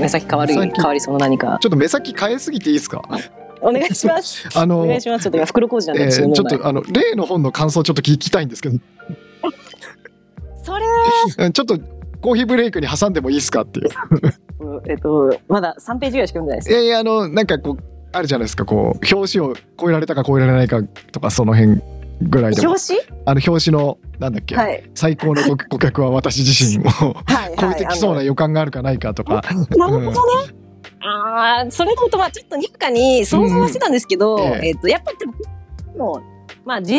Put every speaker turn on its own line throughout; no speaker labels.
目先変わる
目先
変わりそうな何か
ちょっと目先変えすぎていいですか
お願いします。
あの
お願いします。ちょっと今袋小路なん
え
で、私の
ーちょ
問
っ
題
とあの例の本の感想ちょっと聞きたいんですけど
それ
うんちょっとコーヒーブレイクに挟んでもいいです かっていう
うんえっとまだ三ページぐらいしか読んでないです
い。やいやあのなんかこうあるじゃないですかこう表紙を超えられたか超えられないかとかその辺ぐらいでも
表紙？
あの表紙のなんだっけ、
はい
最高のご顧客は私自身を
はい
超
は
え
い。
てきそうな予感があるかないかとか、
あのなるほどね。ああそれのとはちょっとにわかに想像はしてたんですけど、
うんええ
えっとやっぱりでももうまあ自身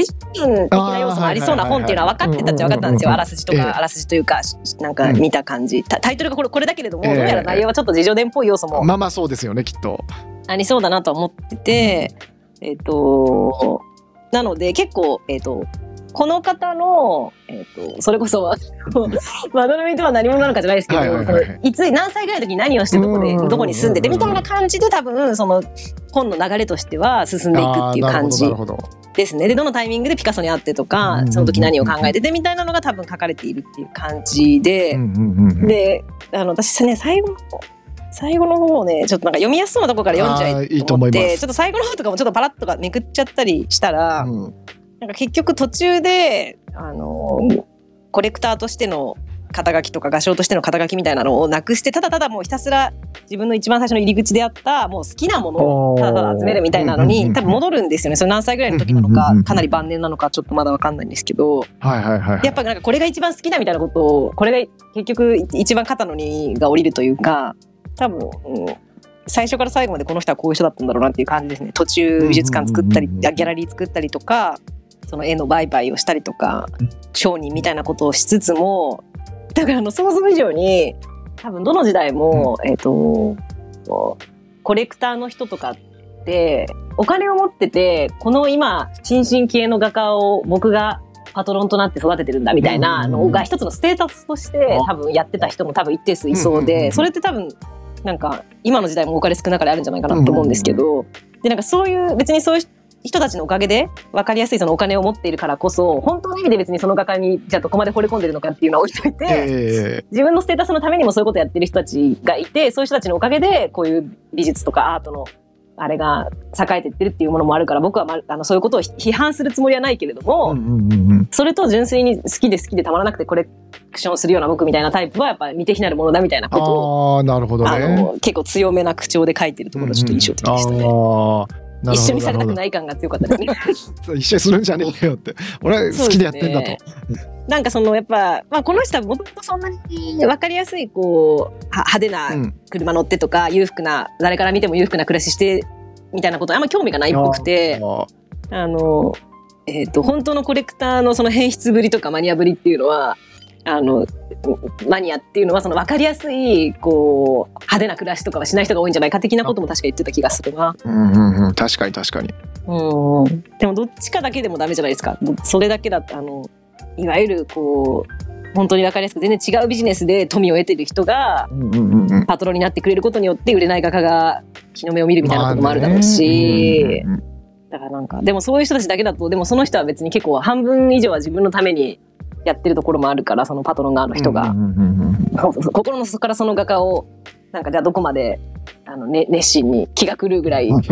的な要素もありそうな本っていうのは分かってたっちゃ分かったんですよ。
うんうんうんうん
あらすじと
ええ
かあらすじというかしなんか見た感じ。タタイトルがこれこれだけれども
え
ど
え
うやら内容はちょっと自叙伝っぽい要素も
まあまあそうですよねきっと。
ありそうだなとは思ってて、えっ、となので結構えっ、とこの方の、えっとそれこそ まどろみとは何者なのかじゃないですけど、
はいいはいはいはい
いつ何歳ぐらいの時に何をしてどこ
うんうん
で
うんうん
どこに住んでてみたいな感じで多分その本の流れとしては進んでいく
あ
って
ー
いう
な
感
るほど
じ
なるほど。
ですね。でどのタイミングでピカソに会ってと
うんうん
か
うん
その時何を考えててみたいなのが多分書かれているっていう感じで。
うんうんうんうん
であの私ね最後の方最後の方をねちょっとなんか読みやすそうなところから読んじゃ
あ
え
ーいい
と
と
思
思
っ
い
て
ます
ちょっと最後の方とかもちょっとパラッとかめくっちゃったりしたら、
うん
なんか結局途中であのコレクターとしての肩書きとか画商としての肩書きみたいなのをなくしてただただもうひたすら自分の一番最初の入り口であったもう好きなものをただただ集めるみたいなの
おーうんうんう
に
ん
多分戻るんですよねそれ何歳ぐらいの時なの
うんうんうんう
か
ん
かなり晩年なのかちょっとまだわかんないんですけど。
はいはいはい。
やっぱなんかこれが一番好きだみたいなことをこれが結局一番肩の荷が下りるというか多分、うん最初から最後までこの人はこういう人だったんだろうなっていう感じですね途中美術館作ったり、
うんうんうんうん
ギャラリー作ったりとかその絵の売買をしたりとか
うん
商人みたいなことをしつつもだからあの想像以上に多分どの時代も、えっ、とコレクターの人とかってお金を持っててこの今新進系の画家を僕がパトロンとなって育ててるんだみたいなのが一つのステータスとして多分やってた人も多分一定数いそう
うんうんうんう
で
ん
それって多分なんか今の時代もお金少なからあるんじゃないかなと思うんですけどでなんかそういう別にそういう人たちのおかげで分かりやすいそのお金を持っているからこそ本当の意味で別にその画家にじゃあどこまで惚れ込んでるのかっていうのは置いといて、
え
自分のステータスのためにもそういうことやってる人たちがいてそういう人たちのおかげでこういう美術とかアートのあれが栄えてってるっていうものもあるから僕は、まあのそういうことを批判するつもりはないけれど
ー
も、
うんうんうんうん
それと純粋に好きで好きでたまらなくてコレクションするような僕みたいなタイプはやっぱ見て非なるものだみたいなことを
ああなるほど
あ
ね。
の結構強めな口調で書いてるところがちょっと印象的でしたね。
うんうんあーなるほど
一緒にされたく
な
ない感が強かったですね。
るほど一緒にするんじゃねえよって俺は 好きでやってんだと
そうで。なんかそのやっぱ、まあ、この人はもともとそんなに分かりやすいこうは派手な
うん
車乗ってとか裕福な誰から見ても裕福な暮らししてみたいなことあんま興味がないっぽくて
あー
あの、えー、と本当のコレクターのその変質ぶりとかマニアぶりっていうのはあのマニアっていうのはその分かりやすいこう派手な暮らしとかはしない人が多いんじゃないか的なことも確か言ってた気がするな。
うんうんうん確かに確かに。
うん、でもどっちかだけでもダメじゃないですかどそれだけだとあのいわゆるこう本当に分かりやすく全然違うビジネスで富を得てる人が
うんうんうんうん。
パトロンになってくれることによって売れない画家が日の目を見るみたいなこともあるだろうし、
まあね
だからなんかでもそういう人たちだけだとでもその人は別に結構半分以上は自分のためにやってるところもあるからそのパトロン側の人が、
うんうんうんうん
心の底からその画家をなんかじゃあどこまであの、ね、熱心に気が狂うぐらい好き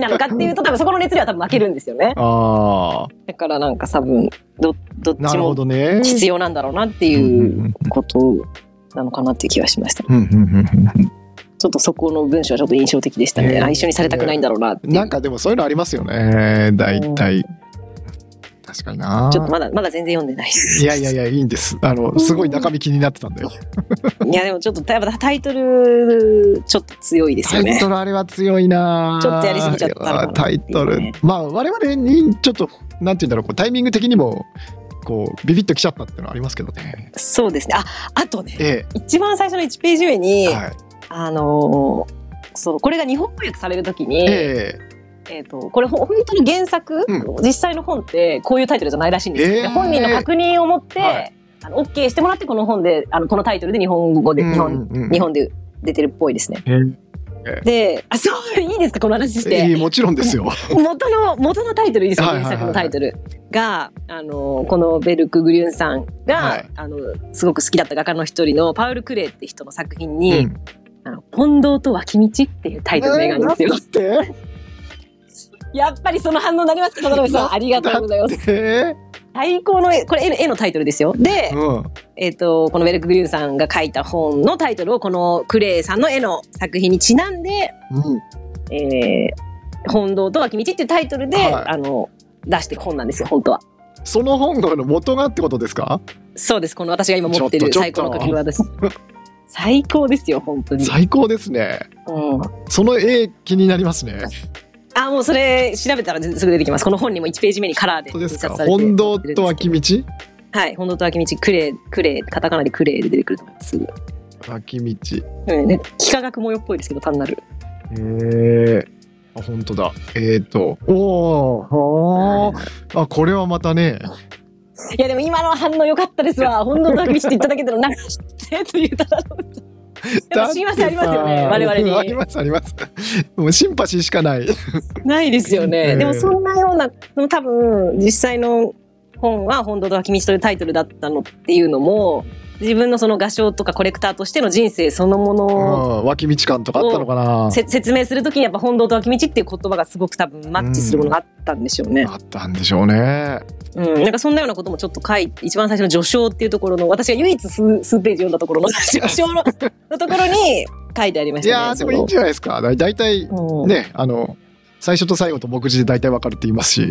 なのかっていうと多分そこの熱量は多分負けるんですよね。
ああ
だからなんか多分どどっ
な
ち
るほ
も
どね。
必要なんだろうなっていうことなのかなっていう気がしました。
うんうんうんうん
ちょっとそこの文章はちょっと印象的でしたね。
えー
あ一緒にされたくないんだろうなっていう
なんかでもそういうのありますよね大体。確かにな
ちょっとまだまだ全然読んでないで す。
いやいやいやいいんですあのすごい中身気になってたんだよ。
いやでもちょっとやっぱタイトルちょっと強いです
タ
よ
イ
ね。
トルあれは強いな
ちょっとやりすぎちゃったのかなっていうね
タイトルまあ我々にちょっとなんて言うんだろうこうタイミング的にもこうビビッときちゃったっていうのはありますけどね。
そうですね。ああとね
え
一番最初の1ページ目に、
えはい
あのーそうこれが日本翻訳されるときに、え
え
ー、とこれほ本当に原作、
う
実際の本ってこういうタイトルじゃないらしいんですよ、
えー
で本人の確認を持って、
はい
あの OK してもらってこの本であのこのタイトルで日本語
え
で日本,、
うんうん
日本で出てるっぽいですね。
ええ
であそういいですかこの話して。
ええもちろんですよ。
元の元のタイトルいいですか
はいは
原
いはい
作のタイトルがあのこのベルク・グリュンさんが、
はい
あのすごく好きだった画家の一人のパウル・クレイって人の作品
う
に、
ん
あの近藤と脇道っていうタイトルの映画なんですよ。
えーなんだっ
やっぱりその反応になります。片辺さん、ありがとうございます。
てえ
最高の絵、これ絵の絵のタイトルですよ。で、
ーうん
えっ、と、このウェルク・グリューンさんが書いた本のタイトルを、このクレイさんの絵の作品にちなんで、
うん
えー、本堂と脇道っていうタイトルで、
はい
あの、出してる本なんですよ、本当は。
その本の元がってことですか
そうです、この私が今持ってる
ちょ
最
っとち
高
ょっ
の
と
書き方です。 最高ですよ、本当に。
最高ですね
うん。
その絵気になりますね
あ、もうそれ調べたらすぐ出てきます。この本にも1ページ目にカラーで
本当ですか
印刷されて
本堂と脇道
はい、本堂と脇道、クレイ、クレイ、カタカナでクレイで出てくると思います。
脇道
うん、ね、幾何学模様っぽいですけど、単なる。
ええあ本当だえっ、とおおあこれはまたね
いや、でも今の反応良かったですわ。本堂と脇道って言っただけでも、なんか知ってというただ の。やっぱ親和性ありますよね
だってさ
我々に
ありますありますもうシンパシーしかない
ないですよ
え
ね。
え
でもそんなような、その多分、実際の本は本堂と脇道というタイトルだったのっていうのも、自分のその画商とかコレクターとしての人生そのもの
う
を
ん脇道感とかあったのかな
せ説明するときにやっぱ本堂と脇道っていう言葉がすごく多分マッチするものがあったんでしょうね。
あったんでしょうね
うん、なんかそんなようなこともちょっと書いて、一番最初の序章っていうところの、 私が唯一数数ページ読んだところ の序章ののところに書いてありま
い
したね。
やーでもいいんじゃないですかだだいたい
そのうん
ねあの最初と最後と目次で大体わかるって言いますし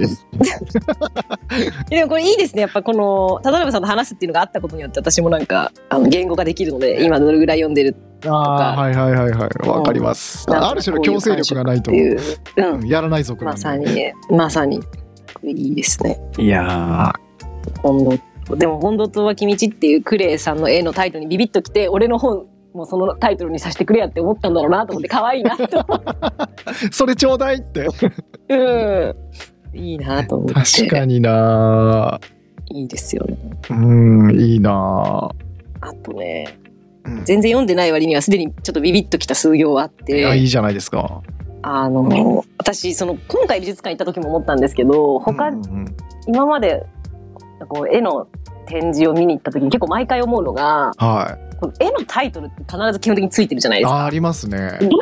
でもこれいいですね。やっぱこの、田辺さんと話すっていうのがあったことによって、私もなんか、あの、言語化できるので、今どれぐらい読んでる
あーはいはいはいはいわかります
なんか
ある種の強制力がない
って
と
いう。う。
うんんやらない族なん
ま
で
さに、まさに。いいですね。
いや
本堂。でも、本堂と脇道っていうクレイさんの絵のタイトルにビビッときて、俺の本、もそのタイトルにさせてくれやって思ったんだろうなと思って、可愛い なと。
それちょうだいって
うん。いいなと思って。
確かにない
いですよね。
うんいいな
あとね、
うん
全然読んでない割にはすでにちょっとビビッときた数行あっ
いやい
て、
いじゃないですか
あの、私、その、今回美術館行った時も思ったんですけど、他、
うんうん
今まで、こう、絵の展示を見に行った時に結構毎回思うのが、
はい
この絵のタイトルって必ず基本的についてるじゃないですか。
あありますね
ど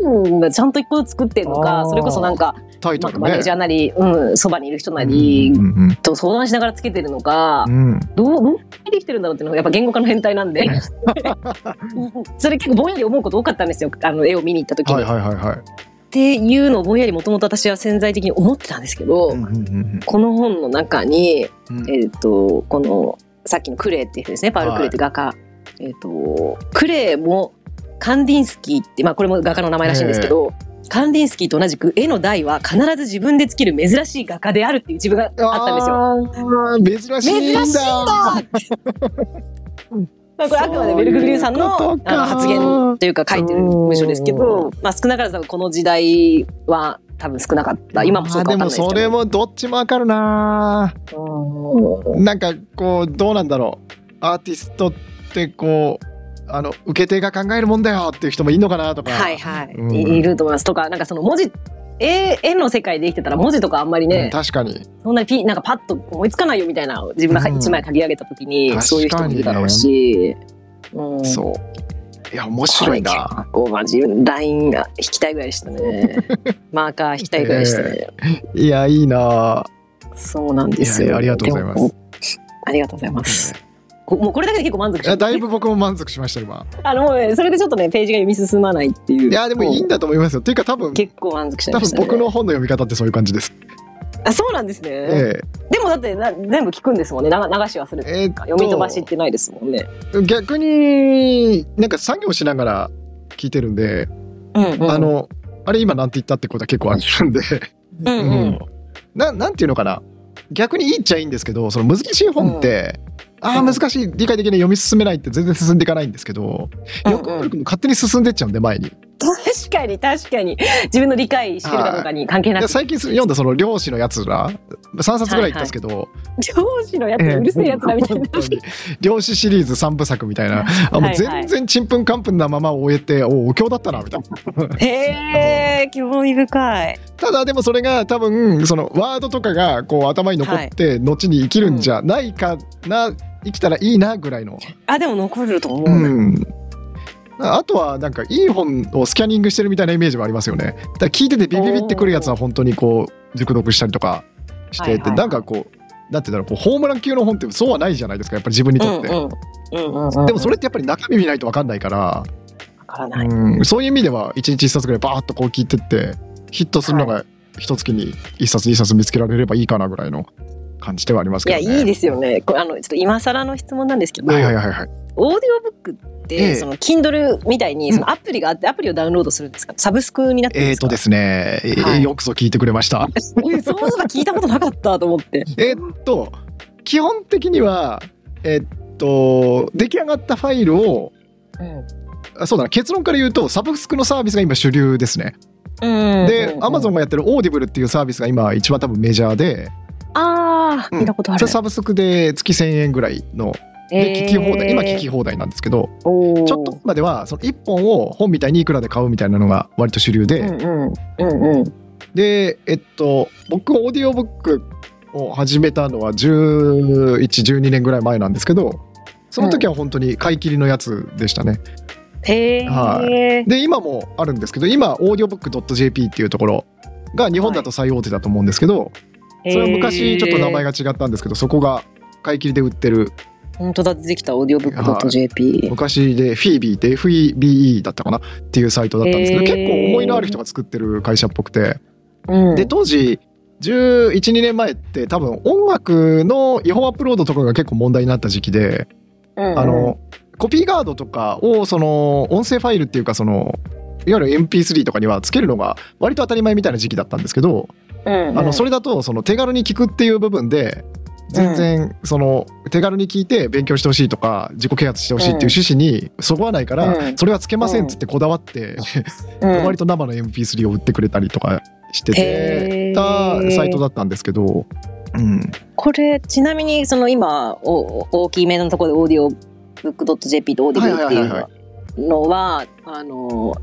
うなんだこれ本がちゃんと一個ずつ作ってるの
あ
か、
ー
それこそなんか、
タ
ま
イト
あ
ル
マネ
ね
ージャーなり、うん、そばにいる人なり
うんうん
と相談しながらつけてるのか
う、んうん
どう、どうやってできてるんだろうっていうのが、やっぱ言語化の変態なん で。それ結構ぼんやり思うこと多かったんですよ。あの、絵を見に行った時に。
はいはいはいはい
っていうのをぼんやりもともと私は潜在的に思ってたんですけど、
うんうんうん
この本の中に、
うんうん
えっ、と、この、さっきのクレイっていう人ですね。パウル・クレイって画家。えっ、と、クレイも、カンディンスキーって、まあこれも画家の名前らしいんですけど、カンディンスキーと同じく絵の台は必ず自分でつける珍しい画家であるっていう自分があったんですよ。
あー珍しいんだ
珍しいんだまあ、これあくまでベルググリューさんの
そう
あ
いうことか
の発言というか書いてる文章ですけ
う
ど、まあ、少なからずこの時代は多分少なかった今もそうかわかんないですけ
あ
ど
でもそれもどっちもわかるな
うん
なんかこうどうなんだろうアーティストってこうあの受け手が考えるもんだよっていう人もいいのかなとか、
はいはい、
うん
いいると思いますとかなんかその文字絵絵の世界で生きてたら文字とかあんまり
うん
ね、
確かに
そんなにピなんかパッと思いつかないよみたいな自分が
うん
一枚書き上げた時に、
確かにね
そういう人もいるだろうし、うん、
そういや面白いな
こうまあ自分ラインが引きたいぐらいでしたね マーカー引きたいぐらいでしたね、
いやいいな
そうなんですよ。
いやいやありがとうございます
でも。ありがとうございます。こもうこれだけで結構満足し
いや
た。
だいぶ僕も満足しました今
あのもうねそれでちょっとねページが読み進まないっていう。
いやでもいいんだと思いますよっていうか多分
結構満足しちゃい
多
ま
分
した、ね。
僕の本の読み方ってそういう感じです、
あそうなんですね。
え
でもだってな全部聞くんですもんね。なが流しはする
え。えーっと
読み飛ばしってないですもんね。
逆になんか作業しながら聞いてるんで、
うんうん。
あのあれ今なんて言ったってことは結構あるんで
うんうん。うん
ななんていうのかな逆にいいっちゃいいんですけどその難しい本って、ああ
うん
難しい理解できない読み進めないって全然進んでいかないんですけど、
うん
よくよく勝手に進んでっちゃうんで前に。
確かに確かに自分の理解してるかどうかに関係な
で
く。
最近読んだその漁師のやつら3冊ぐらい行ったんですけど、
上司のやつうるせえやつだみたいな
本。当に漁師シリーズ3部作みたいなあも
は
う
いはい
全然ちんぷんかんぷんなまま終えておお経だったなみたいな
へえ興味深い。
ただでもそれが多分そのワードとかがこう頭に残って、後に生きるんじゃないかな、生きたらいいなぐらいの
あでも残ると思う
う
な。
ん、あとはなんかいい本をスキャニングしてるみたいなイメージもありますよね。だから聞いててビビビってくるやつは本当にこう熟読したりとかしてて、
はいはいはい
なんかこうなんていうんだろうこうホームラン級の本ってそうはないじゃないですかやっぱり自分にとって。でもそ
れ
れってやっぱり中身見ないと分かんないから、
わからない。
うんそういう意味では1日1冊ぐらいバーッとこう聞いてってヒットするのが一月に1冊2冊見つけられればいいかなぐらいの感じではあります
い
け
や
ど、
い
ね。
いですよね。これあのちょっと今更の質問なんですけど、
はいはいはいはい。
オーディオブックって、
ええ
その Kindle みたいに
うん
そのアプリがあって、アプリをダウンロードするんですか。サブスクになってるん
え
で
ー
すか。
とですね、えー
はい
よくぞ聞いてくれました。
えそういうのが聞いたことなかったと思って。
えーっと基本的にはえーっと出来上がったファイルをあそうだな結論から言うとサブスクのサービスが今主流ですね。
うん
で Amazon がやってるオーディブルっていうサービスが今一番多分メジャーで
ああ
うん
聞いたことあ
そ
る
れ。サブスクで月1,000円ぐらいので聞き放題今聞き
ち
放題なんですけど
ょ
ちょっと前まではその1本を本みたいにいくらで買うみたいなのが割と主流で、
うんうんうんうん。
でえっと僕オーディオブックを始めたのは1112年ぐらい前なんですけどその時は本当に買い切りのやつでしたね、
へえ。
はで今もあるんですけど今オーディオブック .jp っていうところが日本だと最大手だと思うんですけど、それは昔ちょっと名前
が。
が違ったんですけどそこが買い切りで売ってる
本当だ出てきたオーディオブック .jp。
昔でフィービーって FEBE だったかなっていうサイトだったんですけど
へー
結構思いのある人が作ってる会社っぽくて
うん
で当時1112年前って多分音楽の違法アップロードとかが結構問題になった時期で、あのコピーガードとかをその音声ファイルっていうかそのいわゆる MP3 とかにはつけるのが割と当たり前みたいな時期だったんですけど、あのそれだとその手軽に聞くっていう部分で全然その手軽に聞いて勉強してほしいとか自己啓発してほしいっていう趣旨にそぐわないから
うん
それはつけませんっつってこだわって
れ
割と生の MP3 を売ってくれたりとかしてて
へー
たサイトだったんですけど、うん、
これちなみにその今おお大きめのところでオーディオブックドット JP とオーディブルってい
はいはいは
うのはあの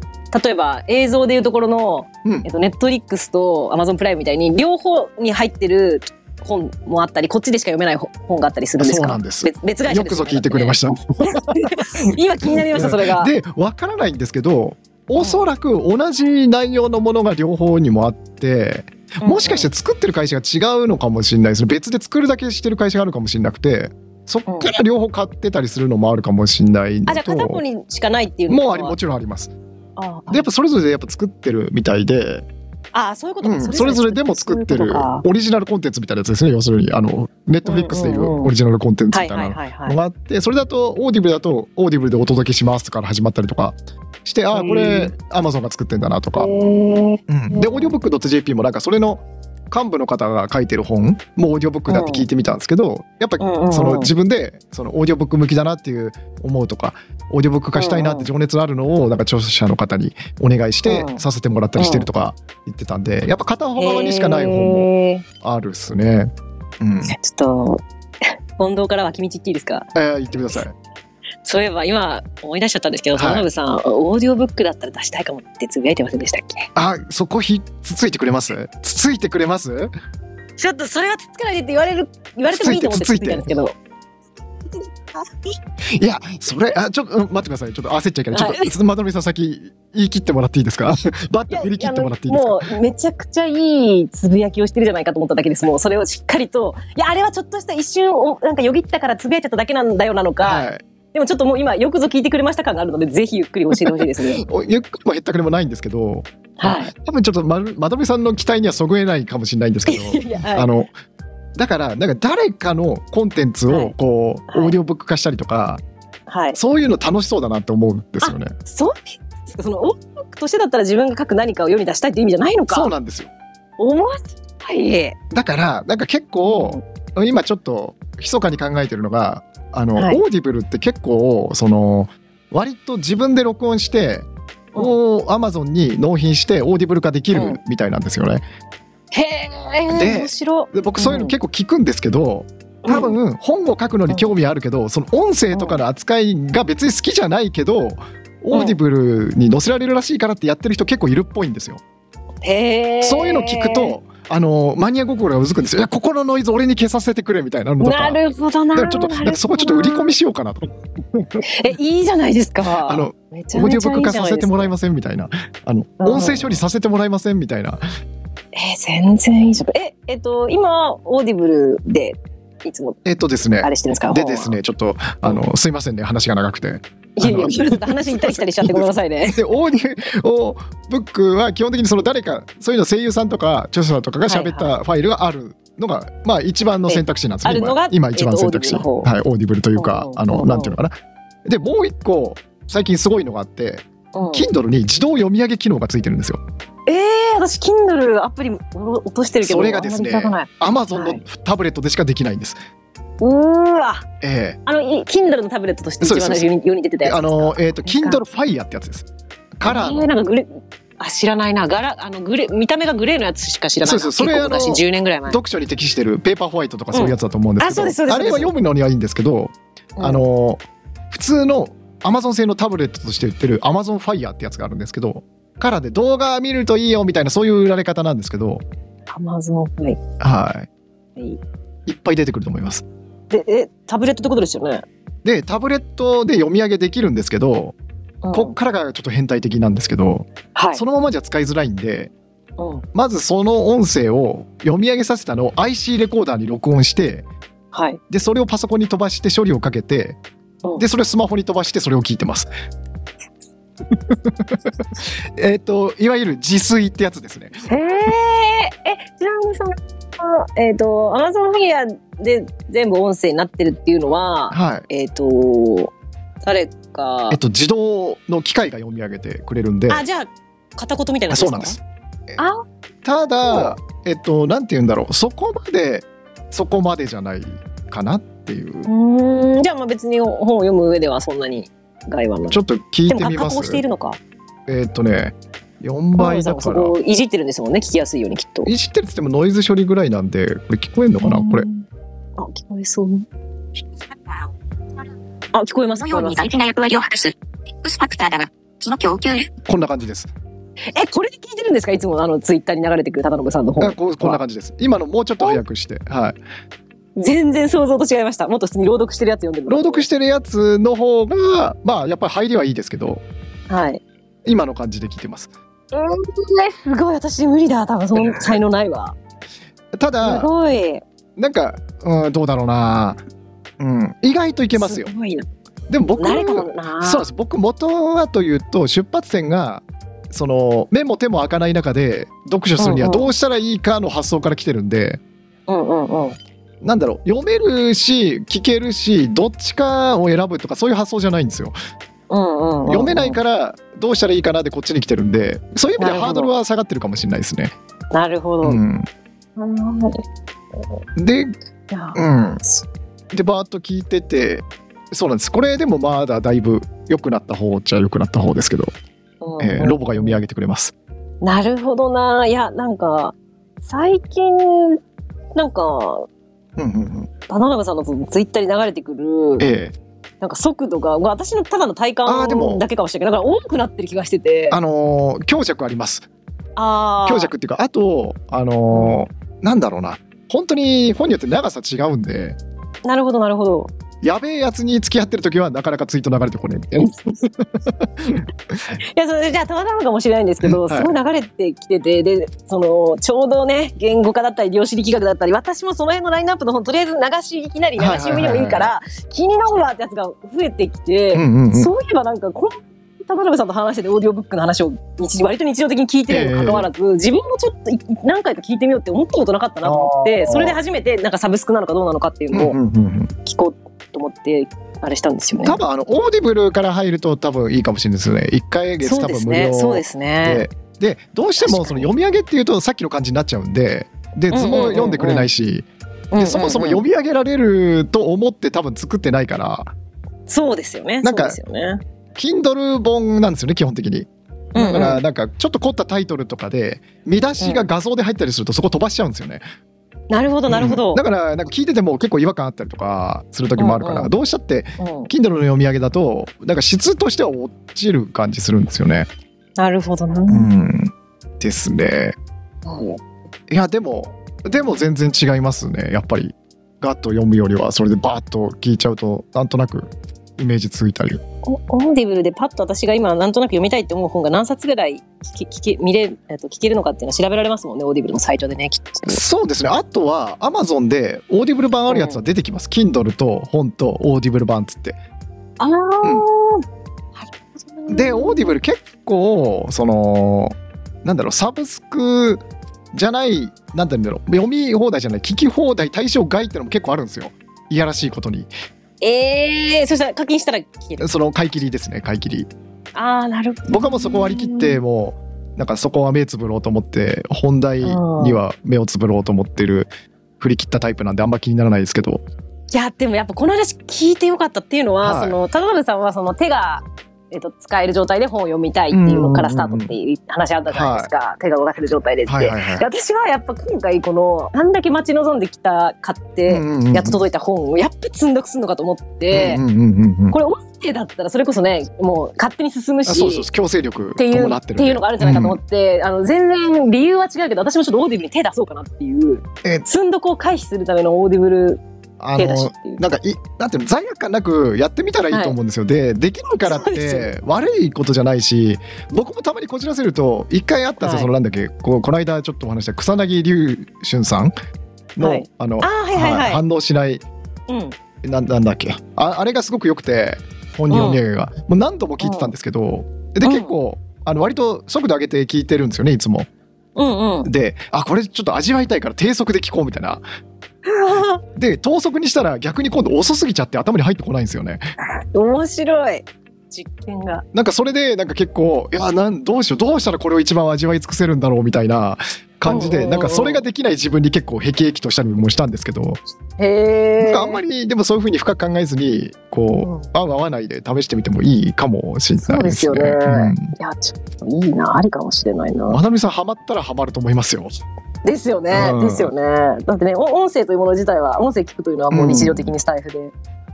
例えば映像でいうところの、
うん
えっと、ネットリックスとアマゾンプライムみたいに両方に入ってる本もあったりこっちでしか読めない本本があったりするんです
そう
か
なんです。
別別会社
よくぞ聞いてくれま
し
した。
た 今気になりましたそれが
でわからないんですけどおそらく同じ内容のものが両方にもあってもしかして作ってる会社が違うのかもしれないですね別で作るだけしてる会社があるかもしれなくてそっから両方買ってたりするのもあるかもしれないの
あじゃあ
と
片方にしかないっていうの
もう
は
ありもちろんあります。
あ
でやっぱそれぞれでやっぱ作ってるみたいで、
あそういうこと
う
か、
ん、それぞれでも作って
そういうこ
る
とか
オリジナルコンテンツみたいなやつですね要するにあのネットフリックスでい
うんうんう
うんオリジナルコンテンツ
は
み
い
たい
はい
な
はいはい
のがあってそれだとオーディブルだとオーディブルでお届けしますから始まったりとかしてああこ
へ
れ
ー
アマゾンが作ってんだなとか、
へー
うんでオーディオブック .jp もなんかそれの幹部の方が書いてる本もオーディオブックだって聞いてみたんですけど、やっぱ
うんうんうん
その自分でそのオーディオブック向きだなっていう思うとかオーディオブック化したいなって情熱のあるのをなんか著者の方にお願いして
うん
させてもらったりしてるとか言ってたんでやっぱ片方側にしかない本も
へー
あるっすね。うん、
ちょっと、本堂から脇道行っていいですか
えー、言ってください。
そういえば今思い出しちゃったんですけど、
はい
田辺さん、オーディオブックだったら出したいかもってつぶやいてませんでしたっけ
あ、そこひつついてくれます？つついてくれます？
ちょっとそれはつつかないでって言われる、言われてもいいと思ってつ
つつい
い
て
てたんですけど。
いや、それあちょっとうん待ってください。ちょっと焦っちゃいけない。ちょっと、
はい
ちょっとまとめさん先言い切ってもらっていいですか？ バッと振り切ってもらっていいですか？
もうめちゃくちゃいいつぶやきをしてるじゃないかと思っただけです。もうそれをしっかりと、いや、あれはちょっとした一瞬をなんかよぎったからつぶやいちゃっただけなんだよなのか、
はい。。
でもちょっともう今よくぞ聞いてくれました感があるので、ぜひゆっくり教えてほしいですね
おゆっくりも減ったくれもないんですけど、
はい。
多分ちょっとまるまとめさんの期待にはそぐえないかもしれないんですけど、
いや はい
あの。だからなんか誰かのコンテンツ
は
を
い
こう、
はい
オーディオブック化したりとか
はい。
そういうの楽しそうだなって思うんですよね。
そうですかその音楽としてだったら自分が書く何かを世に出したいって意味じゃないのか。
そうなんですよ。
思わせない。
だからなんか結構今ちょっと密かに考えてるのがあの、
はい
オーディブルって結構その割と自分で録音して
うん
をアマゾンに納品してオーディブル化でき
う
る
ん
みたいなんですよね。
へ
で
え、面白。
で僕そういうの結構聞くんですけど、
うん
多分本を書くのに興味あるけどその音声とかの扱いが別に好きじゃないけど、オーディブルに載せられるらしいからってやってる人結構いるっぽいんですよ。
へえ。
そういうの聞くとあのマニア心がうずくんですよいやここのノイズ俺に消させてくれみたいなのと
な
か
るほどな
だからちょっとなんかそこちょっと売り込みしようかなと
えいいじゃないですか
あの
めちゃ
オーディ
め
オ
ち
ブ
ゃ
ッ
い
ク
いじ
化
ゃ
さ
な
せ
いで
て
す
もら
か
いませんみたいなあの
うん
音声処理させてもらいませんみたいな
えー全然いいじゃんええっと今オーディブルでいつも
えっとですね
あれしてるんですか
でですねちょっとあのすいませんね話が長くて
いやい
あ
や
の
ちょっと話に行ったり来たりしちゃってごめんなさい ね
でオーディオブックは基本的にその誰かそういうの声優さんとか著者とかが喋っ
はい
たファイルがあるのが、まあ一番の選択肢なんですね
ええあるの
今
が
今一番選択肢、
えっとオーディブルの方
はい、オーディブルというか
ほうほう
あ
ほう
の
ほう
なんていうのかなでもう一個最近すごいのがあって、
うん
Kindle に自動読み上げ機能がついてるんですよ
えー私 Kindle アプリ落としてるけど
それがですね
あんまり開かない
Amazon
は
のタブレットでしかできないんです、
うーわ
え
あのい Kindle のタブレットとして一番
そうです
世に世に出てた
え
やつ
あのえっ、と
ですか
Kindle Fire ってやつですカラーの
えーなんかグレあ知らないな柄あのグレ見た目がグレーのやつしか知らないな
そうそうそれ
結構昔
あの
10年ぐらい前
読書に適してるペーパーホワイトとかそういうやつだと思うんで
う
すけど、
んあそうですそうです
あれは読むのにはいいんですけど、
うん
あの普通の Amazon 製のタブレットとして売ってる Amazon Fire ってやつがあるんですけどカラーで動画見るといいよみたいなそういう売られ方なんですけど
Amazon はい
は
はい
いいっぱい出てくると思います
でえタブレットってことですよね、
でタブレットで読み上げできるんですけど
うん
こっからがちょっと変態的なんですけど、
はい
そのままじゃ使いづらいんで
うん
まずその音声を読み上げさせたのを IC レコーダーに録音して
はい
でそれをパソコンに飛ばして処理をかけて
うん
でそれをスマホに飛ばしてそれを聞いてます えっといわゆる自炊ってやつですね
へーえちなみにそのえっ、と Amazon フィギュアで全部音声になってるっていうのは
はい
えっ、と誰か、
えっと自動の機械が読み上げてくれるんで
あじゃあ片言みたいなや
あ
つ
そう
か
なんですえ
あ
ただえっとなんて言うんだろうそこまでそこまでじゃないかなっていう
うーんじゃあまあ別に本を読む上ではそんなに害はない
ちょっと聞い
で
て
も
み
加
ます
工しているのか
えっとね4倍だ
さんは
か
そ
ら
こをいじってるんですもんね聞きやすいようにきっと
いじってるっつってもノイズ処理ぐらいなんでこれ聞こえんのかなこれ
あ聞こえそうあ聞こえます
この
聞こえ
よう
ま
に
す
大事な役割を果たす X ファクターだが、その供給量
こんな感じです
えこれで聞いてるんですかいつもあのツイッターに流れてくる忠信さんの
あ
本
こうこんな感じです今のもうちょっと早くしてはい
全然想像と違いましたもっと普通に朗読してるやつ読んでる
朗読してるやつの方がまあやっぱり入りはいいですけど
はい。
今の感じで聞いてます
すごい、私無理だ、多分その才能ないわ。
た
す
だ
ごい。い
なんか、うん、どうだろうなうん意外といけますよ
すごいな。
でも僕
慣れたもんな。
そうです僕元はというと出発点がその目も手も開かない中で読書するにはどうしたらいいかの発想から来てるんで、
うんうんうん。
なんだろう読めるし聞けるしどっちかを選ぶとかそういう発想じゃないんですよ
うんうん、うん。
読めないからどうしたらいいかなでこっちに来てるんでそういう意味では
な
ハ
るほ
ード
ど
ルは下がってるかもしれないですね。
なるほど。
う
うん、い
ん、で、うん、
や
でバーッと聞いててそうなんですこれでもまだだいぶ良くなった方っちゃ良くなった方ですけど、
うん
えーロボが読み上げてくれます。
なるほどな。いや、なんか、最近、なんか、
うんうんうん、
田中さんのツイッターに流れてくる、
ええ
なんか速度が、私のただの体
あーでも
感だけかもしれないけど、なんか多くなってる気がしてて。
あのー強弱あります
あー
強弱っていうかあとあのーなんだろうな本当に本によって長さ違うんで
なるほど、なるほど。
やべえやつに付き合ってる時はなかなかツイート流れてこねえみたいな
いやそれじゃあたまたまかもしれないんですけ
う
ど、
んはい
すごい流れてきててでそのちょうどね言語化だったり量子力学だったり私もその辺のラインナップの本とりあえず流しいきなり流し読みでもいいから気になるわってやつが増えてきて、
うんうん、うん、
そういえばなんかこの田辺さんと話しててオーディオブックの話を日割と日常的に聞いてるにもかかわらず、自分もちょっとい何回か聞いてみようって思ったことなかったなと思って
あー
それで初めてなんかサブスクなのかどうなのかっていうの
う
を
んうんうんうん
聞こうと思ってあれしたんですよね。
多分あのオーディブルから入ると多分いいかもしれないですよね1回月
そ
多
うで
分
す
無料
ね。
で
そうですね。
でどうしても
確か
その
に
読み上げっていうとさっきの感じになっちゃうんでで図も読んでくれないしでそもそも
うんうんうん
読み上げられると思って多分作ってないから
そうですよね。
なんか
そうですよね。
Kindle 本なんですよね基本的にだか
うんう
ら
ん
なんかちょっと凝ったタイトルとかで見出しが画像で入ったりするとそこ飛ばしちゃうんですよね
なるほどなるほ
う
ど
んだ。からなんか聞いてても結構違和感あったりとかする時もあるか
うん
ら
うん
どうしたって
うん
Kindle の読み上げだとなんか質としては落ちる感じするんですよね
なるほどな。
うんですね。
うん
いやでもでも全然違いますねやっぱりガッと読むよりはそれでバーッと聞いちゃうとなんとなくイメージついたり
オオーディブルでパッと私が今なんとなく読みたいって思う本が何冊ぐらい聞け聞け見れ、えっと、聞けるのかっていうのは調べられますもんねオーディブルのサイトでねきっと
そうですねあとはアマゾンでオーディブル版あるやつは出てきます、Kindle と本とオーディブル版っつって
ああ、なるほど
でオーディブル結構そのなんだろうサブスクじゃないなんて言うんだろう読み放題じゃない聞き放題対象外ってのも結構あるんですよいやらしいことに
えー、そしたら課金したら聞ける
その買い切りですね買い切り
ああなるほど
僕はもうそこ割り切ってもうなんかそこは目つぶろうと思って本題には目をつぶろうと思ってる振り切ったタイプなんであんま気にならないですけど
いやでもやっぱこの話聞いてよかったっていうのは、
は
そ
い
の田辺さんはその手が、えっと使える状態で本を読みたいっていうのからスタートっていう話あったじゃないですか、手が動かせる状態でって、
はいはいはい
で私はやっぱ今回このあんだけ待ち望んできた買ってやっと届いた本をやっぱ積んどくすんのかと思って、
うんうんうんうんうん
これ音声だったらそれこそねもう勝手に進む
あ
し
そうそう強制力
っていう
伴
っ
ってる
ていうのがあるんじゃないかと思
て、
って、あの全然理由は違うけど私もちょっとオーディブルに手出そうかなっていう
え
積んどくを回避するためのオーディブル
うんあ
手出し
の
っていう。
なんかいなんていうの罪悪感なくやってみたらいいと思うんですよ、でできるからっ
そうですよ
て悪いことじゃないし僕もたまにこじらせると一回あったんで
はい
すよ、そのなんだっけこうこの間ちょっとお話しした草薙龍春さんの、
はい
あの
ああはいはいはい。
反応しない
うん、
ななんだっけああれがすごく良くて本人読み上げが、もう何度も聞いてたんですけど、で
うん
結構あの割と速度上げて聞いてるんですよねいつも。
うんうん。
であこれちょっと味わいたいから低速で聞こうみたいなで等速にしたら逆に今度遅すぎちゃって頭に入ってこないんですよね
面白い実験が。
なんかそれでなんか結構いやなんどうしようどうしたらこれを一番味わい尽くせるんだろうみたいな感じ
うんうん
で
うん
なんかそれができない自分に結構へきへきとしたりもしたんですけど
へ
な
え。
んかあんまりでもそういうふうに深く考えずにこう合う合わないで試してみてもいいかもしれないですね。
そうですよね
うん
いやちょっといいなありかもしれないな。
まなみさんハマったらハマると思いますよ。
ですよね、
うん
ですよね。だってねお音声というもの自体は音声聞くというのはもう日常的にスタイフで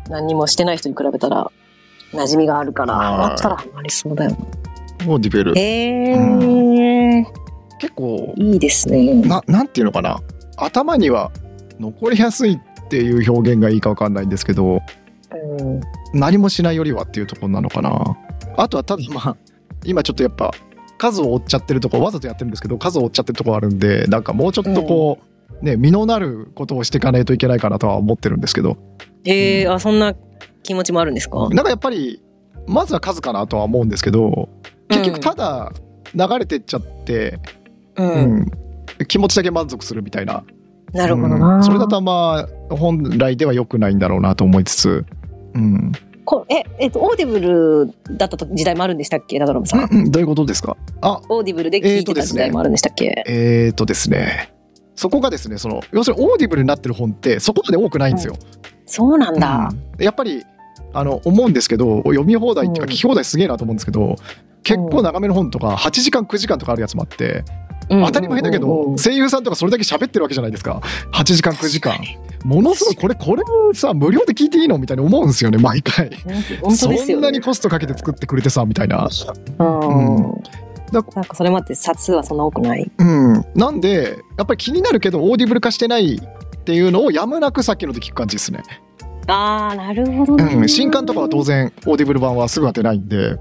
何にもしてない人に比べたら馴染みがあるから
はい
ハマったらハマりそうだよな。
もうディベル
へえ、
結構
いいですね。
ななんていうのかな頭には残りやすいっていう表現がいいかわかんないんですけど
うん
何もしないよりはっていうところなのかなあとはただまあ今ちょっとやっぱ数を追っちゃってるとこわざとやってるんですけど数を追っちゃってるとこあるんでなんかもうちょっとこう、ね身のなることをしていかないといけないかなとは思ってるんですけど
えー、あそんな気持ちもあるんですか。
なんかやっぱりまずは数かなとは思うんですけど結
う
局
ん
ただ流れてっちゃって、
う、
うんん気持ちだけ満足するみたいな
なるほど
う
な。
んそれだとあんま本来では良くないんだろうなと思いつつ、うん、
こええっとオーディブルだった時代もあるんでしたっけ、田辺さん。
うんどういうことですかあ
オーディブルで聞いてた時代もあるんでしたっけ、
えーとですねそこがですねその要するにオーディブルになってる本ってそこまで多くないんですよ。
そうなんだ、
うんやっぱりあの思うんですけど読み放題っていう
うん
か聞き放題すげえなと思うんですけど結構長めの本とか8時間9時間とかあるやつもあって
うん
当たり前だけど声優さんとかそれだけ喋ってるわけじゃないですか8時間9時間
確かに
ものすごいこれこれさ無料で聞いていいのみたいに思うんですよね毎回。
本当です
そ
よ、ね、
んなにコストかけて作ってくれてさみたいな
うん、
うんだ
なんかそれもあって冊数はそんな多くない
うん、なんでやっぱり気になるけどオーディブル化してないっていうのをやむなくさっきので聞く感じですね、
あーなるほどね、
うん、新刊とかは当然オーディブル版はすぐ当てないんで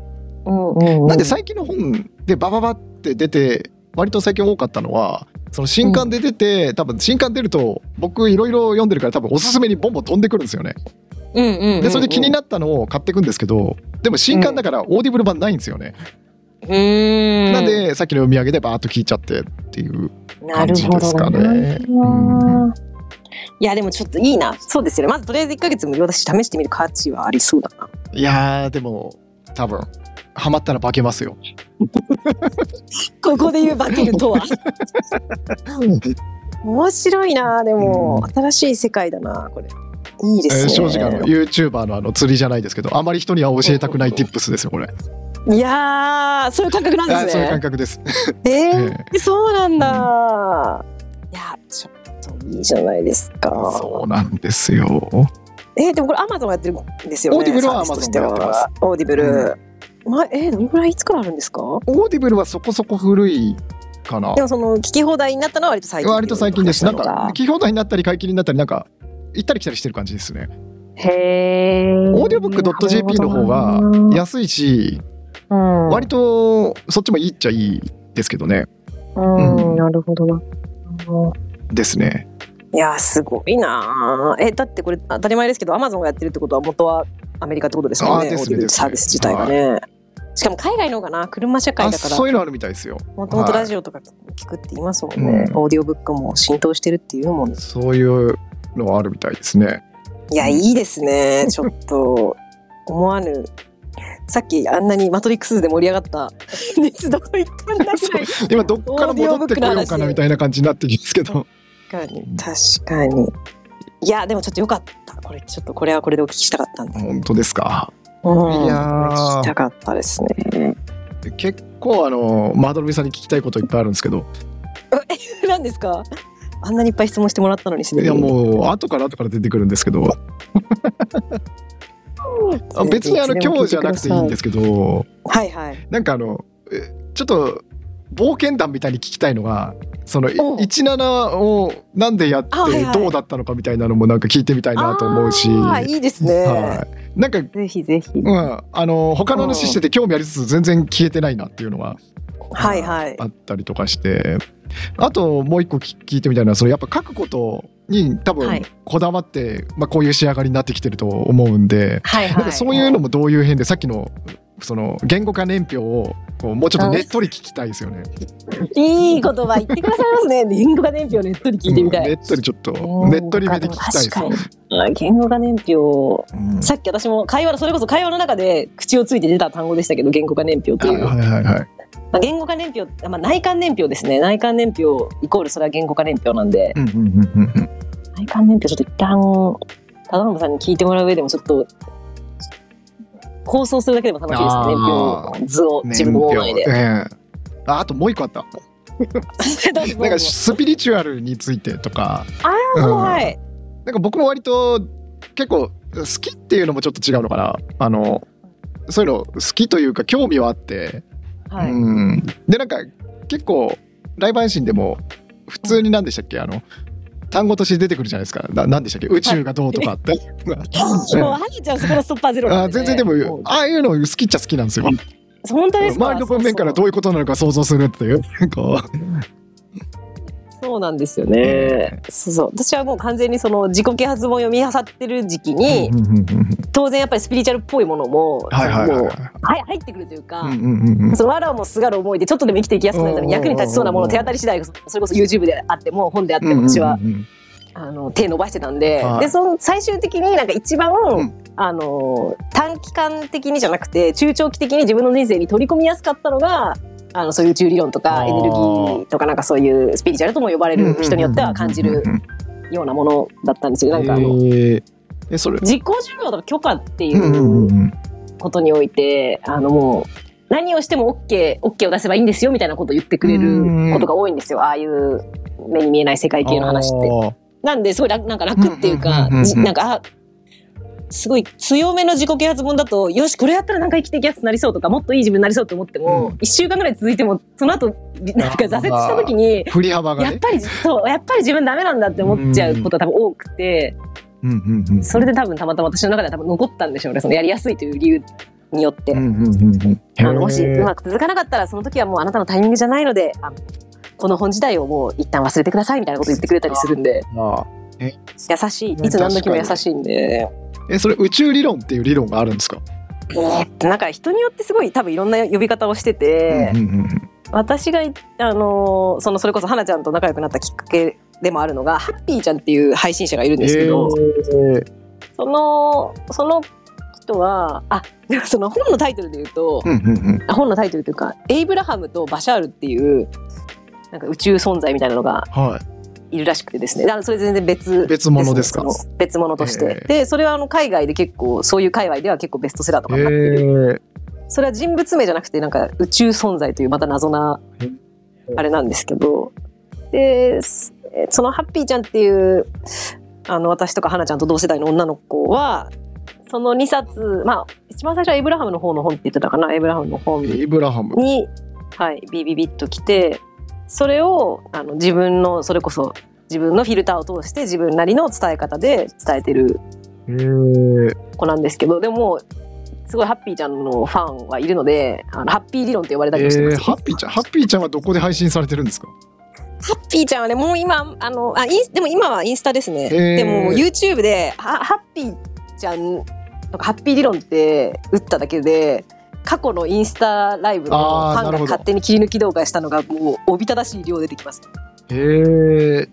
うんうん、うん、
なんで最近の本でバババって出て割と最近多かったのはその新刊で出て多分新刊出ると僕いろいろ読んでるから多分おすすめにボンボン飛んでくるんですよね
うんうんうんうん、
でそれで気になったのを買っていくんですけどでも新刊だからオーディブル版ないんですよね
うーん
なんでさっきの読み上げでバーッと聞いちゃってっていう
な
感
る
じ
ほ
です
ど
か
ね
ね。うん
うんいやでもちょっといいなそうですよねまずとりあえず1か月無料だし試してみる価値はありそうだない
やーでも多分ハマったら化けますよ。
ここで言うバケルと は面白いなでも、新しい世界だなこれいいで
え
す
ー
ね、
正直あの YouTuber のあの釣りじゃないですけどあまり人には教えたくない Tips ですよこれ。
いやーそういう感覚なん
あ
です
そういう
ね
感覚です。
えー
ええ
そうなんだ、いやちょっといいじゃないですか
そうなんですよ。
えーでもこれアマゾンがやってるんですよね
オーディブルは
サービスとしては
Amazon がやって
オーディブル、まえーどのぐらいいつからあるんですか
オーディブルはそこそこ古いかな
でもその聞き放題になったのは割と最近
割と最近ですなんか
聞
聞き放題になったり買い切りになったりなんか行ったり来たりしてる感じですね
へー
オーディオブック .jp の方が安いし
うん
割とそっちもいいっちゃいいですけどね
うん
うん
なるほどなうん
ですね
いやすごいなあえだってこれ当たり前ですけどアマゾンがやってるってことは元はアメリカってことですもんね
あです
オーデ
ね
ィオブックサービス自体がね、しかも海外の方がな車社会
あ
だか
そう
ら
いうのあるみたいですよ
もともとラジオとか聞くって言いますもんね、
うん
オーディオブックも浸透してるっていうもんね
そういうのはあるみたいですね
いやいいですねちょっと思わぬさっきあんなに「マトリックス」で盛り上がった熱どこ行ったんだぐらい
今どっから戻ってこようかなみたいな感じになってきますけど
確かに確かにいやでもちょっとよかったこれちょっとこれはこれでお聞きしたかったんで、
本当ですか
うん、
いや
こ
ー
れ聞きたかったですね
結構あのまどろみさんに聞きたいこといっぱいあるんですけど
何ですかあんなにいっぱい質問してもらったのにすで
い
に
やもう後から後から出てくるんですけどあ別にあの今日じゃなくていいんですすけど
はいはい
なんかあのえちょっと冒険談みたいに聞きたいのがそのい
おう
17をなんでやって
あはいはい
どうだったのかみたいなのもなんか聞いてみたいなと思うし、
あーいいですね、
はい、なんか、
ぜひぜひ、
うん、あの他の話してて興味ありつつ全然消えてないなっていうのは
はいはい
あったりとかしてあともう一個聞聞いてみたいのはそのやっぱ書くことに多
はい
分こだわって、まあ、こういう仕上がりになってきてると思うんで、
はい
なん
は
か
い
そういうのもどういう変でさっきのその言語化年表をこうもうちょっとねっとり聞きたいですよね。
いい言葉言ってくださいますね言語化年表をねっとり聞いてみたい、
うんねっとりちょっとねっとりめで聞きたいですよ
確。かに言語化年表
うん
さっき私も会話のそれこそ会話の中で口をついて出た単語でしたけど言語化年表って、
はいいうは
ま
いはいはい。
あ、言語化年表、まあ、内観年表ですね内観年表イコールそれは言語化年表なんで
うんうんうんうんうん
内観年表ちょっと一旦忠信さんに聞いてもらう上でもちょっと構想するだけでも楽しいですね
あー
年表の図を自分の脳内で。
ええああともう一個あっ た。
どうぞどうぞ
なんかスピリチュアルについてとか。
あー
うん
はい
なんか僕も割と結構好きっていうのもちょっと違うのかなあのそういうの好きというか興味はあって、
はい、
うん、でなんか結構ライブ配信でも普通に何でしたっけあの単語として出てくるじゃないですかな何でしたっけ宇宙がどうとかって、
もうはるちゃんそこのストッパーゼロ
あ
な
ー
んでね、
全然でもああいうの好きっちゃ好きなんですよ
本当ですか
周りの文面からどういうことなのか想像するっていうこう
そうなんですよね。そうそう。私はもう完全にその自己啓発本を読み漁ってる時期に、
うんうんうんうん
当然やっぱりスピリチュアルっぽいものも、
はいはいはい
もう
は
はい入ってくるというか。
いうんうんうんうん
そのわらをもすがる思いでちょっとでも生きていきやすくなるために
うんうん
役に立ちそうなものを手当たり次第それこそ YouTube であっても本であっても私は
うんうんうん
あの手伸ばしてたんで
はい
でその最終的になんか一番
うん
あの短期間的にじゃなくて中長期的に自分の人生に取り込みやすかったのがあのそういう宇宙理論と
あ
か
ー
エネルギーとかなんかそういうスピリチュアルとも呼ばれる人によっては感じるようなものだったんですよ。なんかあの
えーえそれ
実行授業とか許可ってい
うんうん
う
うんうん
ことにおいて、あのもう何をしても OK, OK を出せばいいんですよみたいなことを言ってくれることが多いんですよ。ああいう目に見えない世界系の話って。
あー
なんですごい楽なんか楽っていうか、
うんうんうんうんうん
じなんかあすごい強めの自己啓発本だとよしこれやったらなんか生きていきやすくなりそうとかもっといい自分になりそうと思っても、
うん
1週間ぐらい続いてもその後なんか挫折した時に。
振り幅が
やっ
ね。
ぱりそうやっぱり自分ダメなんだって思っちゃうことは多分多くて、
うんうんうん
それで多分たまたま私の中では多分残ったんでしょうねそのやりやすいという理由によって、
うんうんうんうん
あのもし
へー
うまく続かなかったらその時はもうあなたのタイミングじゃないのであのこの本自体をもう一旦忘れてくださいみたいなこと言ってくれたりするんで
ああ
優しい
うん
いつ何時も優しいんで、
えそれ宇宙理論っていう理論があるんですか。
えーっとなんか人によってすごい多分いろんな呼び方をしてて、
うんうんうん
私が、あのーそのそれこそ花ちゃんと仲良くなったきっかけでもあるのがハッピーちゃんっていう配信者がいるんですけど、
えー
そのその人はあでもその本のタイトルで言うと、
うんうんうん
あ本のタイトルというかエイブラハムとバシャールっていうなんか宇宙存在みたいなのが
はい
るらしくてですねだからそれ全然別
別物ですか
ねその別物として
え、え
でそれはあの海外で結構そういう界隈では結構ベストセラーと
い。
か
え
になってる、
ー
それは人物名じゃなくてなんか宇宙存在というまた謎な
え
あれなんですけどでそそのハッピーちゃんっていうあの私とか花ちゃんと同世代の女の子はその2冊まあ一番最初はエイブラハムの方の本って言ってたかなエイブラハムの本
エイブラハム。
に、はい、ビビビッと来てそれをあの自分のそれこそ自分のフィルターを通して自分なりの伝え方で伝えてる
えー、
子なんですけどでもすごいハッピーちゃんのファンはいるのであのハッピー理論って呼ばれた
え
りもしてます、
ーハッピーちゃんハッピーちゃんはどこで配信されてるんですか
ハッピーちゃんはねもう今あのあインスでも今はインスタですね、
へー
でも YouTube ではハッピーちゃんとかハッピー理論って打っただけで過去のインスタライブの
あ
フ
ー
ァン
なる
が
ほど
勝手に切り抜き動画したのがもうおびただしい量出てきます
えー、エ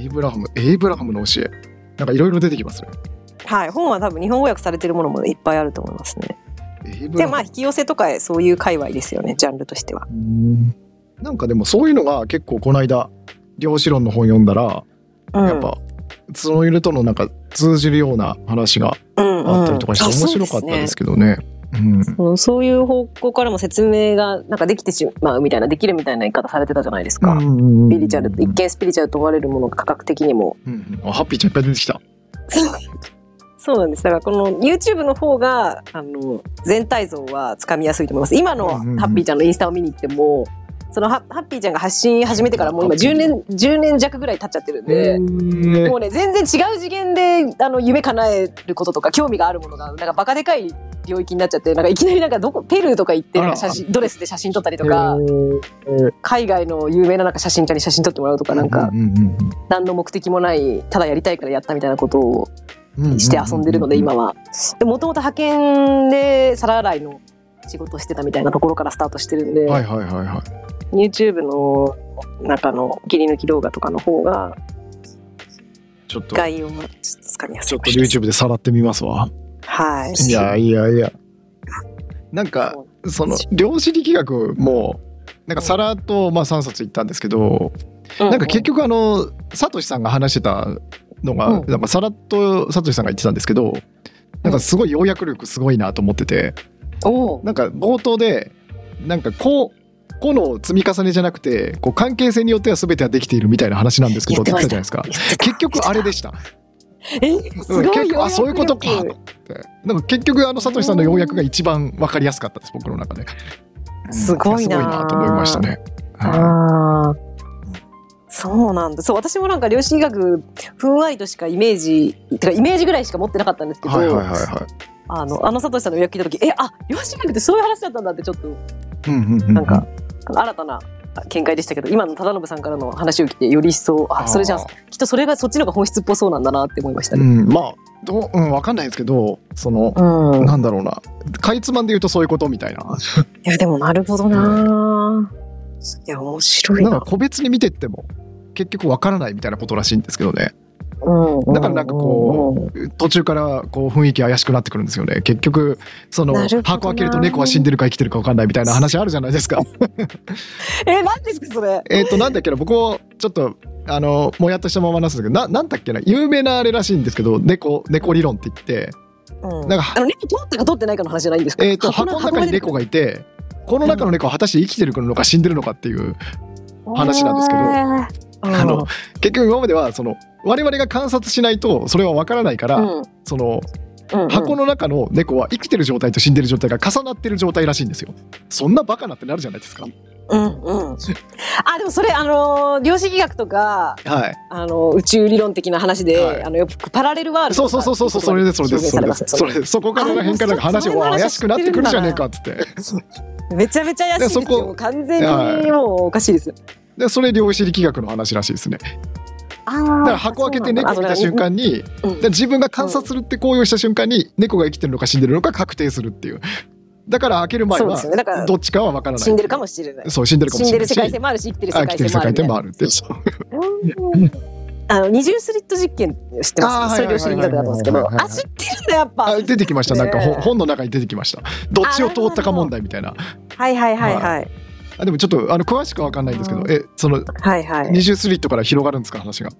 イブラハムエイブラハムの教えなんかいろいろ出てきますね
はい本は多分日本語訳されてるものもいっぱいあると思いますね
エイブ
で
ラ
もま
ハ
あ
ム
引き寄せとかそういう界隈ですよねジャンルとしては
うーんなんかでもそういうのが結構この間量子論の本読んだら、
や
やっぱそういうとのなんか通じるような話があったりとかして面白かったですけどね。うん
うんそういう方向からも説明がなんかできてしまうみたいなできるみたいな言い方されてたじゃないですか、スピリチュアルって一見スピリチュアルと問われるものが価格的にも
うんうんあハッピーちゃんいっぱい出てきた。
そうなんですだからこの YouTube の方があの全体像はつかみやすいと思います今の
うんうんうん
ハッピーちゃんのインスタを見に行ってもそのハハッピーちゃんが発信始めてからもう今10年10年弱ぐらい経っちゃってるんで、
ー
もうね全然違う次元であの夢叶えることとか興味があるものがなんかバカでかい領域になっちゃってなんかいきなりなんかどこペルーとか行って
あ
な
ら
んか写真ドレスで写真撮ったりとか
えー
海外の有名ななんか写真家に写真撮ってもらうとかなんか
うんうんうん
何の目的もないただやりたいからやったみたいなことを
うんうん
して遊んでるので今は。でもともと派遣で皿洗いの仕事をしてたみたいなところからスタートしてるんで、
はいはいはいはい。
YouTube の中の切り抜き動画とかの方が
ちょっと
概要がつかみやす
ち
い
ょっと
かもしれ
YouTube でさらってみますわ。
ないです。はい。
いやいやいや。なんか
そう
その量子力学もなんかさらっとまあ3冊いったんですけど、なんか結局あのサトシさんが話してたのが、
うん
なんかさらっとサトシさんが言ってたんですけどなんかすごい要約力すごいなと思ってて
おう
なんか冒頭でなんかこうこの積み重ねじゃなくてこう関係性によっては全てはできているみたいな話なんですけどって
言っ
言ってて
ま
たじゃないですか
言ってた
結局あれでした
えすごい
うん結
よ
構あそういうことか
よ
と
く
思ってなんか結局あのサトシさんの要約が一番分かりやすかったです僕の中で、うん
すごいな
すごいなと思いましたね、は
あーそうなんだそう私もなんか量子医学ふんわりとしかイメージてかイメージぐらいしか持ってなかったんです
い
けど、
はいはいはいは
あのあの佐藤さんの予約聞いた時えあ量子医学ってそういう話だったんだってちょっと
いうんうんうん
なんか新たな見解でしたけど今の忠信さんからの話を聞いてより一層あそれじゃあ
ー
きっとそれがそっちの方が本質っぽそうなんだなって思いました
う
ね。
ん、まあどう、うん、わかんないですけどその、
うん
なんだろうなかいつまんで言うとそういうことみたいない
やでもなるほどな、いや面白い
な
な。
んか個別に見てっても結局わからないみたいなことらしいんですけどねだからなんかこ
うん、
途中からこう雰囲気怪しくなってくるんですよね結局その
なるほどな
箱開けると猫は死んでるか生きてるかわかんないみたいな話あるじゃないですか
え何ですかそれ
えっとなんだっけな僕もちょっとあのもやっとしたままなんですけどななんだっけな有名なあれらしいんですけど猫猫理論って言って
うん
なんか
あの猫取ったか取ってないかの話じゃないんですか。
えー、と箱の中に猫がいてこの中の猫は果たして生きてるのか死んでるのかっていう話なんですけど
ど
あの結局今まではその我々が観察しないとそれは分からないから、その箱
の
の中の猫は生きてる状態と死んでる状態が重なってる状態らしいんですよそんなバカなってなるじゃないですか
うんうん。あでもそれあのー量子力学とか
はい
あの宇宙理論的な話で、
はい
あのよくパラレルワールド
そ
と
うそう
か
そうそうそうそれですそれですそれですそれですそこかららへんからなんか話
あそう
を
そんな話
怪しくなってくるじゃねえかっつって
めちゃめちゃ怪しいです
でそ
よ
こ
完全
はい
にもうおかしいです。
でそれ量子力学の話らしいですね
あ
だ
だ
から箱開けて猫見た瞬間に
うん
で自分が観察するって行為をした瞬間に猫が生きてるのか死んでるのか確定するっていうだから開ける前
そうですよねだから
はどっちかは分からない
死んでるかもしれない。
そう死んでるかも
死
し
んでる
れないし
世界線もあるし生きてる世
あ生き
界
てる
線
世
もある
界
みたい
線
な
もあるっていう
うんあの二重スリット実験知って
あー
ますそれ量子力学だったんですけど
はいはいはいはい
あ知ってるんだやっぱ
あ出てきましたなんか
ね
ほ本の中に出てきましたどっちを通ったか問題みたいな
はいはいはいはい、
あでもちょっとあの詳しくは分かんないんですけど
うん
えその
はいはい。
二重スリットから広がるんですか話が
い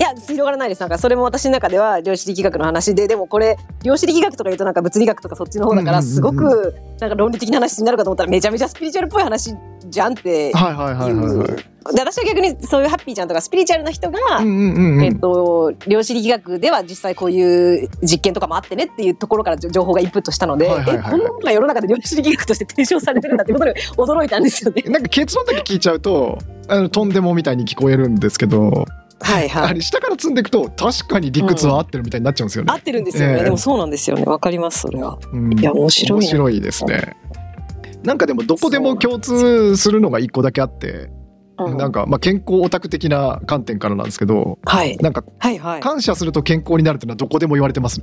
やや広がらないですなんかそれも私の中では量子力学の話ででもこれ量子力学とか言うとなんか物理学とかそっちの方だか
う
ら
んうんうんうん
すごくなんか論理的な話になるかと思ったらめちゃめちゃスピリチュアルっぽい話じゃんっていう、
はいはいはいはいはい。
で私は逆にそういうハッピーちゃんとかスピリチュアルな人が、
うんうんうんうん
えっと、量子力学では実際こういう実験とかもあってねっていうところから情情報がインプットしたので、
はいはいはいはい。
えこんなものが世の中で量子力学として提唱されてるんだってことに驚いたんですよね
なんか結論だけ聞いちゃうとあのとんでもみたいに聞こえるんですけど、
はいは
あ
い。
れ下から積んでいくと確かに理屈は合ってるみたいになっちゃうんですよ
合
ね。
ってるんですよね。
ええ
でもそうなんですよね。わかります、それは。
うん
いや、面白い
面
な。
白いですね。なんかでもどこでも共通するのが一個だけあって
う
なんかまあ健康オタク的な観点からなんですけど
はい。
なんか
はいはい。
感謝すると健康になるっていうのはどこでも言われてます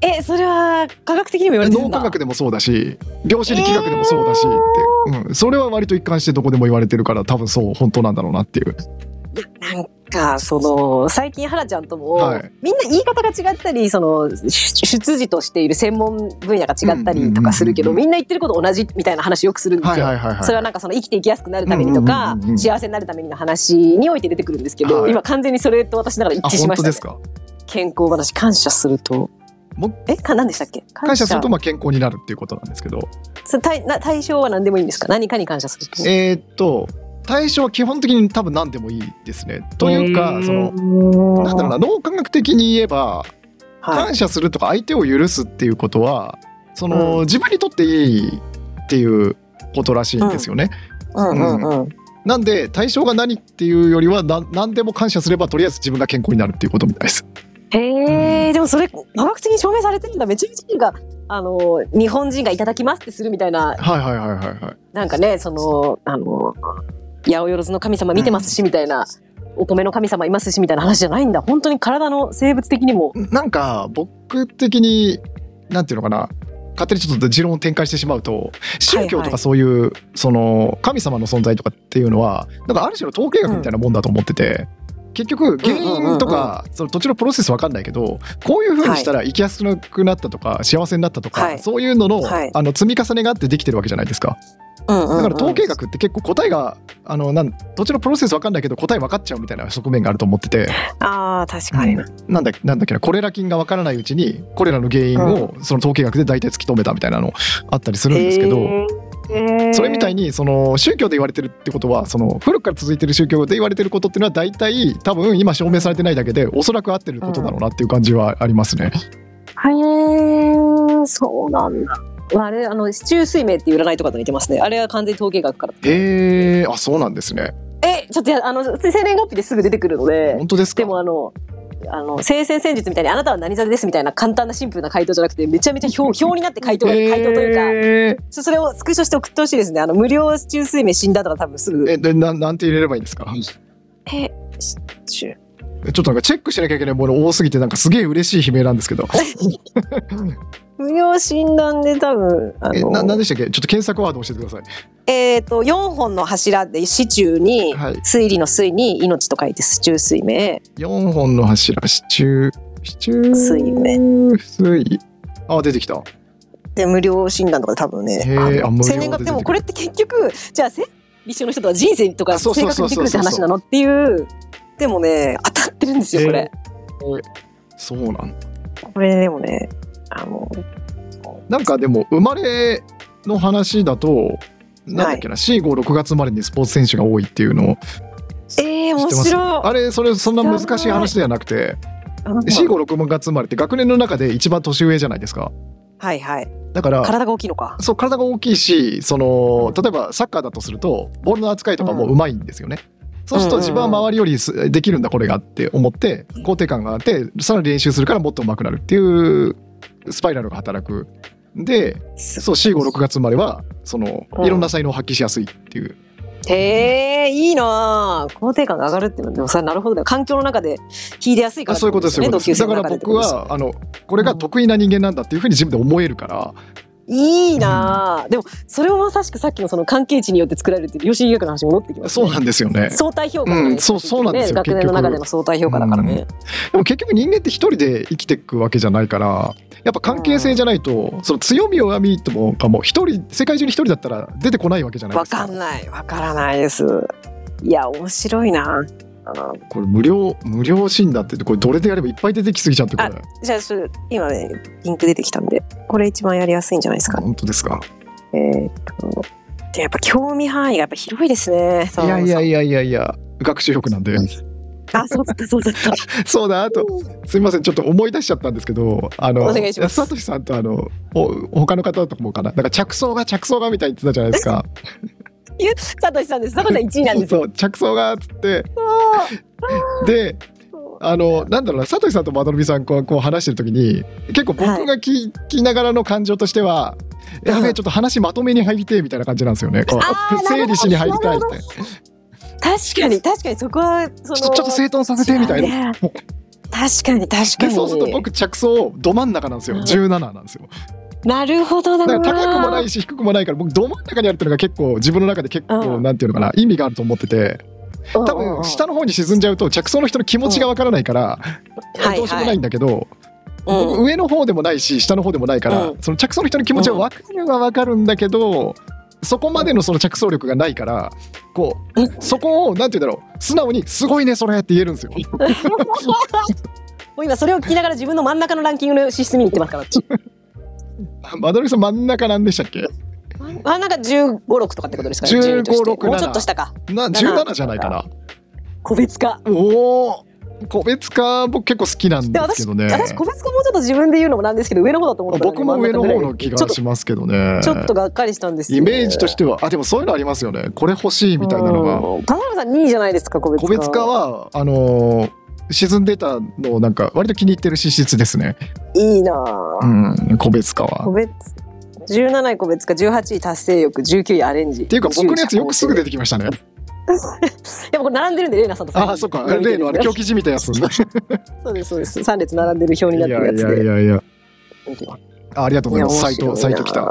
え、それは科学的にも言われてる
脳
んだ。
科学でもそうだし量子力学でもそうだしって、うん、それは割と一貫してどこでも言われてるから多分そう本当なんだろうなっていう
なんかその最近原ちゃんとも、
はい
みんな言い方が違ったりその出出自としている専門分野が違ったりとかするけど、
うんうん
みんな言ってること同じみたいな話よくするんですよ。
はいはいはいはい
それはなんかその生きていきやすくなるためにとか、
うんうんうんうん
幸せになるためにの話において出てくるんですけど、
はい
今完全にそれと私ながら一
あ
致し
本
ました、
当で
ね
す、か
健康話感謝すると
も
えか何でしたっけ
感謝するとまあ健康になるっていうことなんですけど
それ対な対象は何でもいいんですか何かに感謝すると
えーっと対象は基本的に多分何でもいいですねというかその
の
なんだろうな脳科学的に言えば
はい
感謝するとか相手を許すっていうことはその
う
自分にとっていいっていうことらしいんですよね。
うんうんうん
なんで対象が何っていうよりはな何でも感謝すればとりあえず自分が健康になるっていうことみたいです。
へえ、でもそれ科学的に証明されてるんだめちゃめちゃいいがあの日本人が「いただきます」ってするみたいな
はいはいはいはいはい。
なんかねそのあの八百万の神様見てますしみたいな、お米の神様いますしみたいな話じゃないんだ本当に体の生物的にも
なんか僕的になんていうのかな勝手にちょっと持論を展開してしまうと宗教
はいは
とか
い
そういう、その神様の存在とかっていうのはなんかある種の統計学みたいなもんだと思ってて、結局原因とか、その土地のプロセスわかんないけどこういうふうにしたら生きやすくなったとか、幸せになったとか、
はい
そういうのの,、
はい
あの積み重ねがあってできてるわけじゃないですか。
だ
だから統計学って結構答えがあのなん土地のプロセスわかんないけど答え分かっちゃうみたいな側面があると思ってて。
あー確かに、
なんだなんだっけなコレラ菌がわからないうちにコレラの原因をその統計学で大体突き止めたみたいなのあったりするんですけど、それみたい
に
にその宗教で言われてるってことはその古くから続いてる宗教で言われてることっていうのは大体多分今証明されてないだけでおそらく合ってることだろうなっていう感じはありますね。
へえそうなんだあれあの市中水明っていう占いとかと似てますねあれは完全に統計学から
へえあそうなんですね。
えちょっとやあの生年月日ですぐ出てくるので
本当ですか
でもあの、あの生鮮戦術みたいにあなたは何座ですみたいな簡単なシンプルな回答じゃなくてめちゃめちゃ表表になって回答が回答というか
へー
そそれをスクショして送ってほしいですねあの無料中水名死んだとか多分すぐ
えでななんて入れればいいんですか
え中
ちょっとなんかチェックしなきゃいけないもの多すぎてなんかすげえ嬉しい悲鳴なんですけど
無料診断で多分あ
えななん
の
でしたっけちょっと検索ワード教えてください。
えっ、と4本の柱で市中に、
はい
推理の水に命と書いて市中水名
四本の柱、支柱、支柱、
水面
水。あ、出てきた。
で無料診断とかで多分ね
へーあ無料
生年月日
で出てくる
でもこれって結局じゃあせ一緒の人とは人生と
あ
か
そう
性
そう
格
そ
に
う
出てくる
そう
って話なのっていうでもね当たってるんですよこれ、
そうなんだ。
これでもねあの
なんかでも、生まれの話だと、なんだっけな、C5、6月生まれにスポーツ選手が多いっていうのを知
えー、
っ
面
てます。
白
あれ、それ、そんな難しい話ではなくて、
い
C5、6月生まれって学年の中で一番年上じゃないですか。
はいはい
だから、
体が大きいのか
そう、体が大きいし、その、例えばサッカーだとすると、ボールの扱いとかもうまいんですよね。そうすると
うんうんう
自
ん
分は周りよりすできるんだこれがって思って肯定感があってさらに練習するからもっと上手くなるっていうスパイラルが働くでそう C56 月生まれはその
うん
いろんな才能を発揮しやすいっていう
へえいいなあ肯定感が上がるっていうのはでもさなるほどね環境の中で引いてやすいか
あ
ら
そういうことですそういうことですだから僕はあのこれが得意な人間なんだっていうふうに自分で思えるから
いいなあ、でもそれをまさしくさっきのその関係値によって作られるっていう吉井医学の話に戻ってきますね
そうなんですよね
相対評価だね
うんそうそうなんですよ
学年の中での相対評価だからね、
でも結局人間って一人で生きていくわけじゃないからやっぱ関係性じゃないとその強み弱みとかも一人世界中に一人だったら出てこないわけじゃない
わ
です
か
か
んないわからないですいや面白いなだな。
これ無料無料診断ってこれどれでやればいっぱい出てきすぎちゃってこれ
じゃあ、それ今ね、リンク出てきたんで、これ一番やりやすいんじゃないですか。
本当ですか
えーっと。で、やっぱ興味範囲がやっぱ広いですね。
いやいやいやいやいや学習欲なんで
あ、そうだった、そうだった。
そうだあとすみませんちょっと思い出しちゃったんですけどあの
お願いします
サトシさんとあのお他の方とかもかななんか着想が着想がみたいに言ってたじゃないです か
いや、サトシさんです。サトシさん1位なんですよ。
そう着想がっつって
そう
であのなんだろうな佐藤さんと渡辺さんこうこう話してる時に結構僕が聞,、聞きながらの感情としては「やべえちょっと話まとめに入りてえ」みたいな感じなんですよねこう
あー
整理しに入りたいって
確かに、確かに、そこは、その。
ちょちょっと整頓させてみたいな。
な。確かに、確か
で
に。
そうすると僕着想ど真ん中なんですよ
うん
17なんですよ
なるほどな。
だから高くもないし低くもないから僕ど真ん中にやるっていうのが結構自分の中で結
う
構
ん
なんていうのかな意味があると思ってて
多
多分下の方に沈んじゃうと着想の人の気持ちがわからないから
うんはい
どうしようもないんだけど
うん
僕上の方でもないし下の方でもないから、
うん
その着想の人の気持ちは分かるは分かるんだけど、そこまでのその着想力がないからこう、
うん
そこをなんて言うんだろう素直に「すごいねそれ」って言えるんですよ。
もう今それを聞きながら自分の真ん中のランキングの資質見に行ってますから。
まどりさん真ん中なんでしたっけ
真ん中15、6とかってことですかね。
15
順位として
6
もうちょっと下か。
な17じゃないかな。
個別化。
おお個別化僕結構好きなん
で
ですけ
私
どね。
私個別化もうちょっと自分で言うのもなんですけど上の方だと思ったんで
僕も上の方の気
ちょ
が
っと
しますけどね。
ちょっとがっかりしたんです
イメージとしててはあでもそういうのありますよねこれ欲しいみたいなのが。
田原さん2位じゃないですか個別
個
化
別化はあのー沈んでたのをなんか割と気に入ってる資質ですね。
いいな
う
ぁ
ん、個別化は。
個
っ
別17位個別化18位達成欲19位アレンジって
いうか僕のやつよくすぐ出てきましたね。
やっぱこれ並んでるんでレイナさんと
ああ、そっか。例のあれ狂気じみたやつ。い
そうですそうです3列並んでる表にな
や
っ
い
てる
や
や
い
つで
やいや。
見てます
あありがとうご
いや
ざいます。サ
面
イ
白
ト
い
サイト来た。
なぁ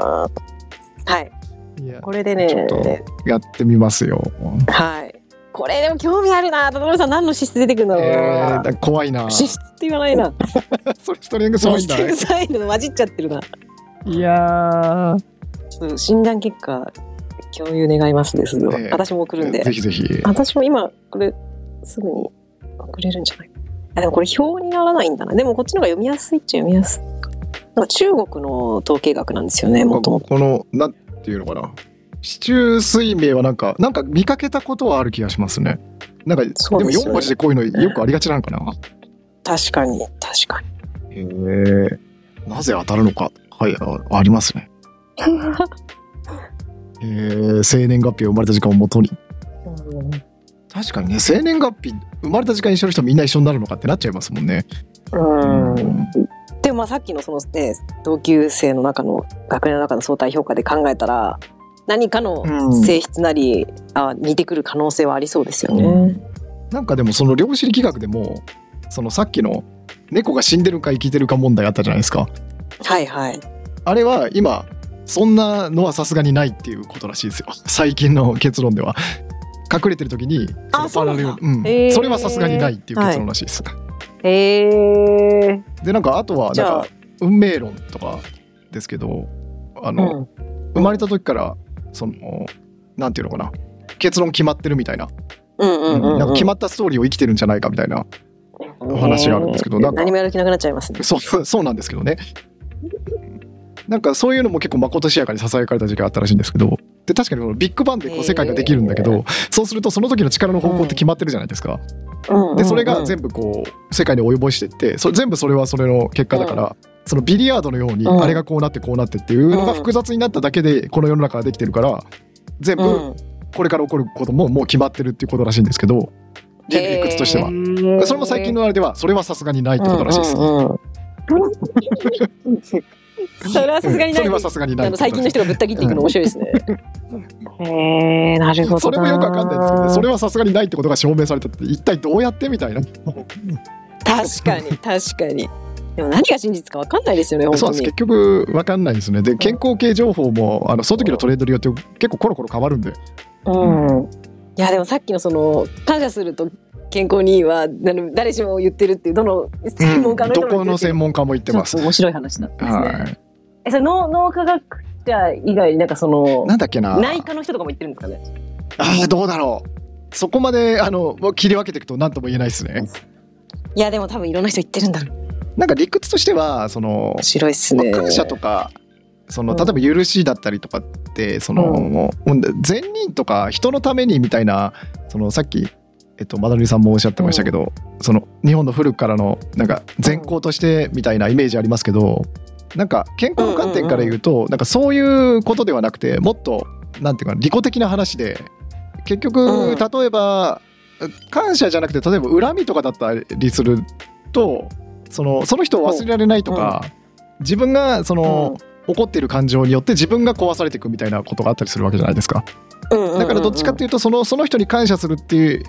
はい
いや
これでね
ちょっやってみますよ。
はいこれでも興味あるなぁ田辺さん何の資質出てくるんだろ
え
う
ー
な、
だ怖いな。
資
そ
質って言わないな
れストレングス多いん だね。
サイドの混じっちゃってるな。
いや
ちょっと診断結果共有願いますです、
ええ
私も送るんで。
ぜひぜひ。
私も今これすぐに送れるんじゃないか。あでもこれ表にならないんだな。でもこっちの方が読みやすいっちゃ読みやすいか。なんか中国の統計学なんですよね。もとも。
ことのなんていうのかな。市中水明はなんかなんか見かけたことはある気がしますね。なんかで
そう
も
ですよね
四文字でこういうのよくありがちなのかな。
確かに確かに。
へえなぜ当たるのかはいああります ね。えー、生年月日生まれた時間をもとに確かにね生年月日生まれた時間一緒の人みんな一緒になるのかってなっちゃいますもんね。
うん。でもまあさっきのその、ね、同級生の中の学年の中の相対評価で考えたら何かの
うん
性質なり、あ似てくる可能性はありそうですよね。
なんかでもその量子力学でもそのさっきの猫が死んでるか生きてるか問題あったじゃないですか
はいはい。
あれは今そんなのはさすがにないっていうことらしいですよ 最近の結論では隠れてる時に
あ
そのパラレル
そう
うん
へー
それはさすがにないっていう結論らしいです、
へえ。
でなんかあとは
じ
なん
ゃ
か
あ
運命論とかですけどあ
う
の、
ん。
生まれた時からそのなんていうのかな結論決まってるみたいな,、
うんうんうん、うん。
なんか決まったストーリーを生きてるんじゃないかみたいなお話があるんですけど
へー
なんか
何もやる気なくなっちゃいますね。
そうそうなんですけどねなんかそういうのも結構まことしやかにささやかれた時期があったらしいんですけどで確かにこのビッグバンでこ
へ
う
ー
世界ができるんだけど、そうするとその時の力の方向って決まってるじゃないですか、
うんうん
でそれが全部こう世界に及ぼしてってそ全部それはそれの結果だから、そのビリヤードのように
うん
あれがこうなってこうなってっていうのが複雑になっただけでこの世の中ができてるから全
う
部
ん。
これから起こることももう決まってるっていうことらしいんですけど理理屈としては。
は
それも最近のあれではそれはさすがにないってことらしいです。
それはさすがにない。
それはさすがにない
あ
って
の最
ことらしい
近の人がぶった切っていくの面白いですね。へえ、なるほどな。
それもよくわかんないですよね。それはさすがにないってことが証明されたって一体どうやってみたいな。
確かに確かに。でも何が真実かわかんないですよね本
そう
当
なんです。
に
結。局わかんないですね。で健康系情報もあのその時のトレンドによって結構コロコロ変わるんで。
うん。いやでもさっきのその感謝すると健康にいいはあの誰しも言ってるっていうどの専門家の人
どこの専
門
門家も言ってます。
面白い話だったんですね。
はい。
えそれ脳脳科学者以外になんかその
なんだっけな。
内科の人とかも言ってるんですかね。
ああどうだろう。そこまであのもう切り分けていくと何とも言えないですね。
いやでも多分いろんな人言ってるんだろう
なんか理屈としてはその
面白いっす
まあ
ね
各社とかその
うん
例えば「許し」だったりとかってその、
うん
もう善人とか人のためにみたいなそのさっき、えっと、マダリさんもおっしゃってましたけど、その日本の古くからのなんか善行としてみたいなイメージありますけどなんか健康の観点から言うと、なんかそういうことではなくてもっとなんていうかな利己的な話で結局、
うん
例えば感謝じゃなくて例えば恨みとかだったりするとそのその人を忘れられないとか、自分がその、怒ってる感情によって自分が壊されていくみたいなことがあったりするわけじゃないですかだからどっちかっ
い
ていうとそのその人に感謝するっていう、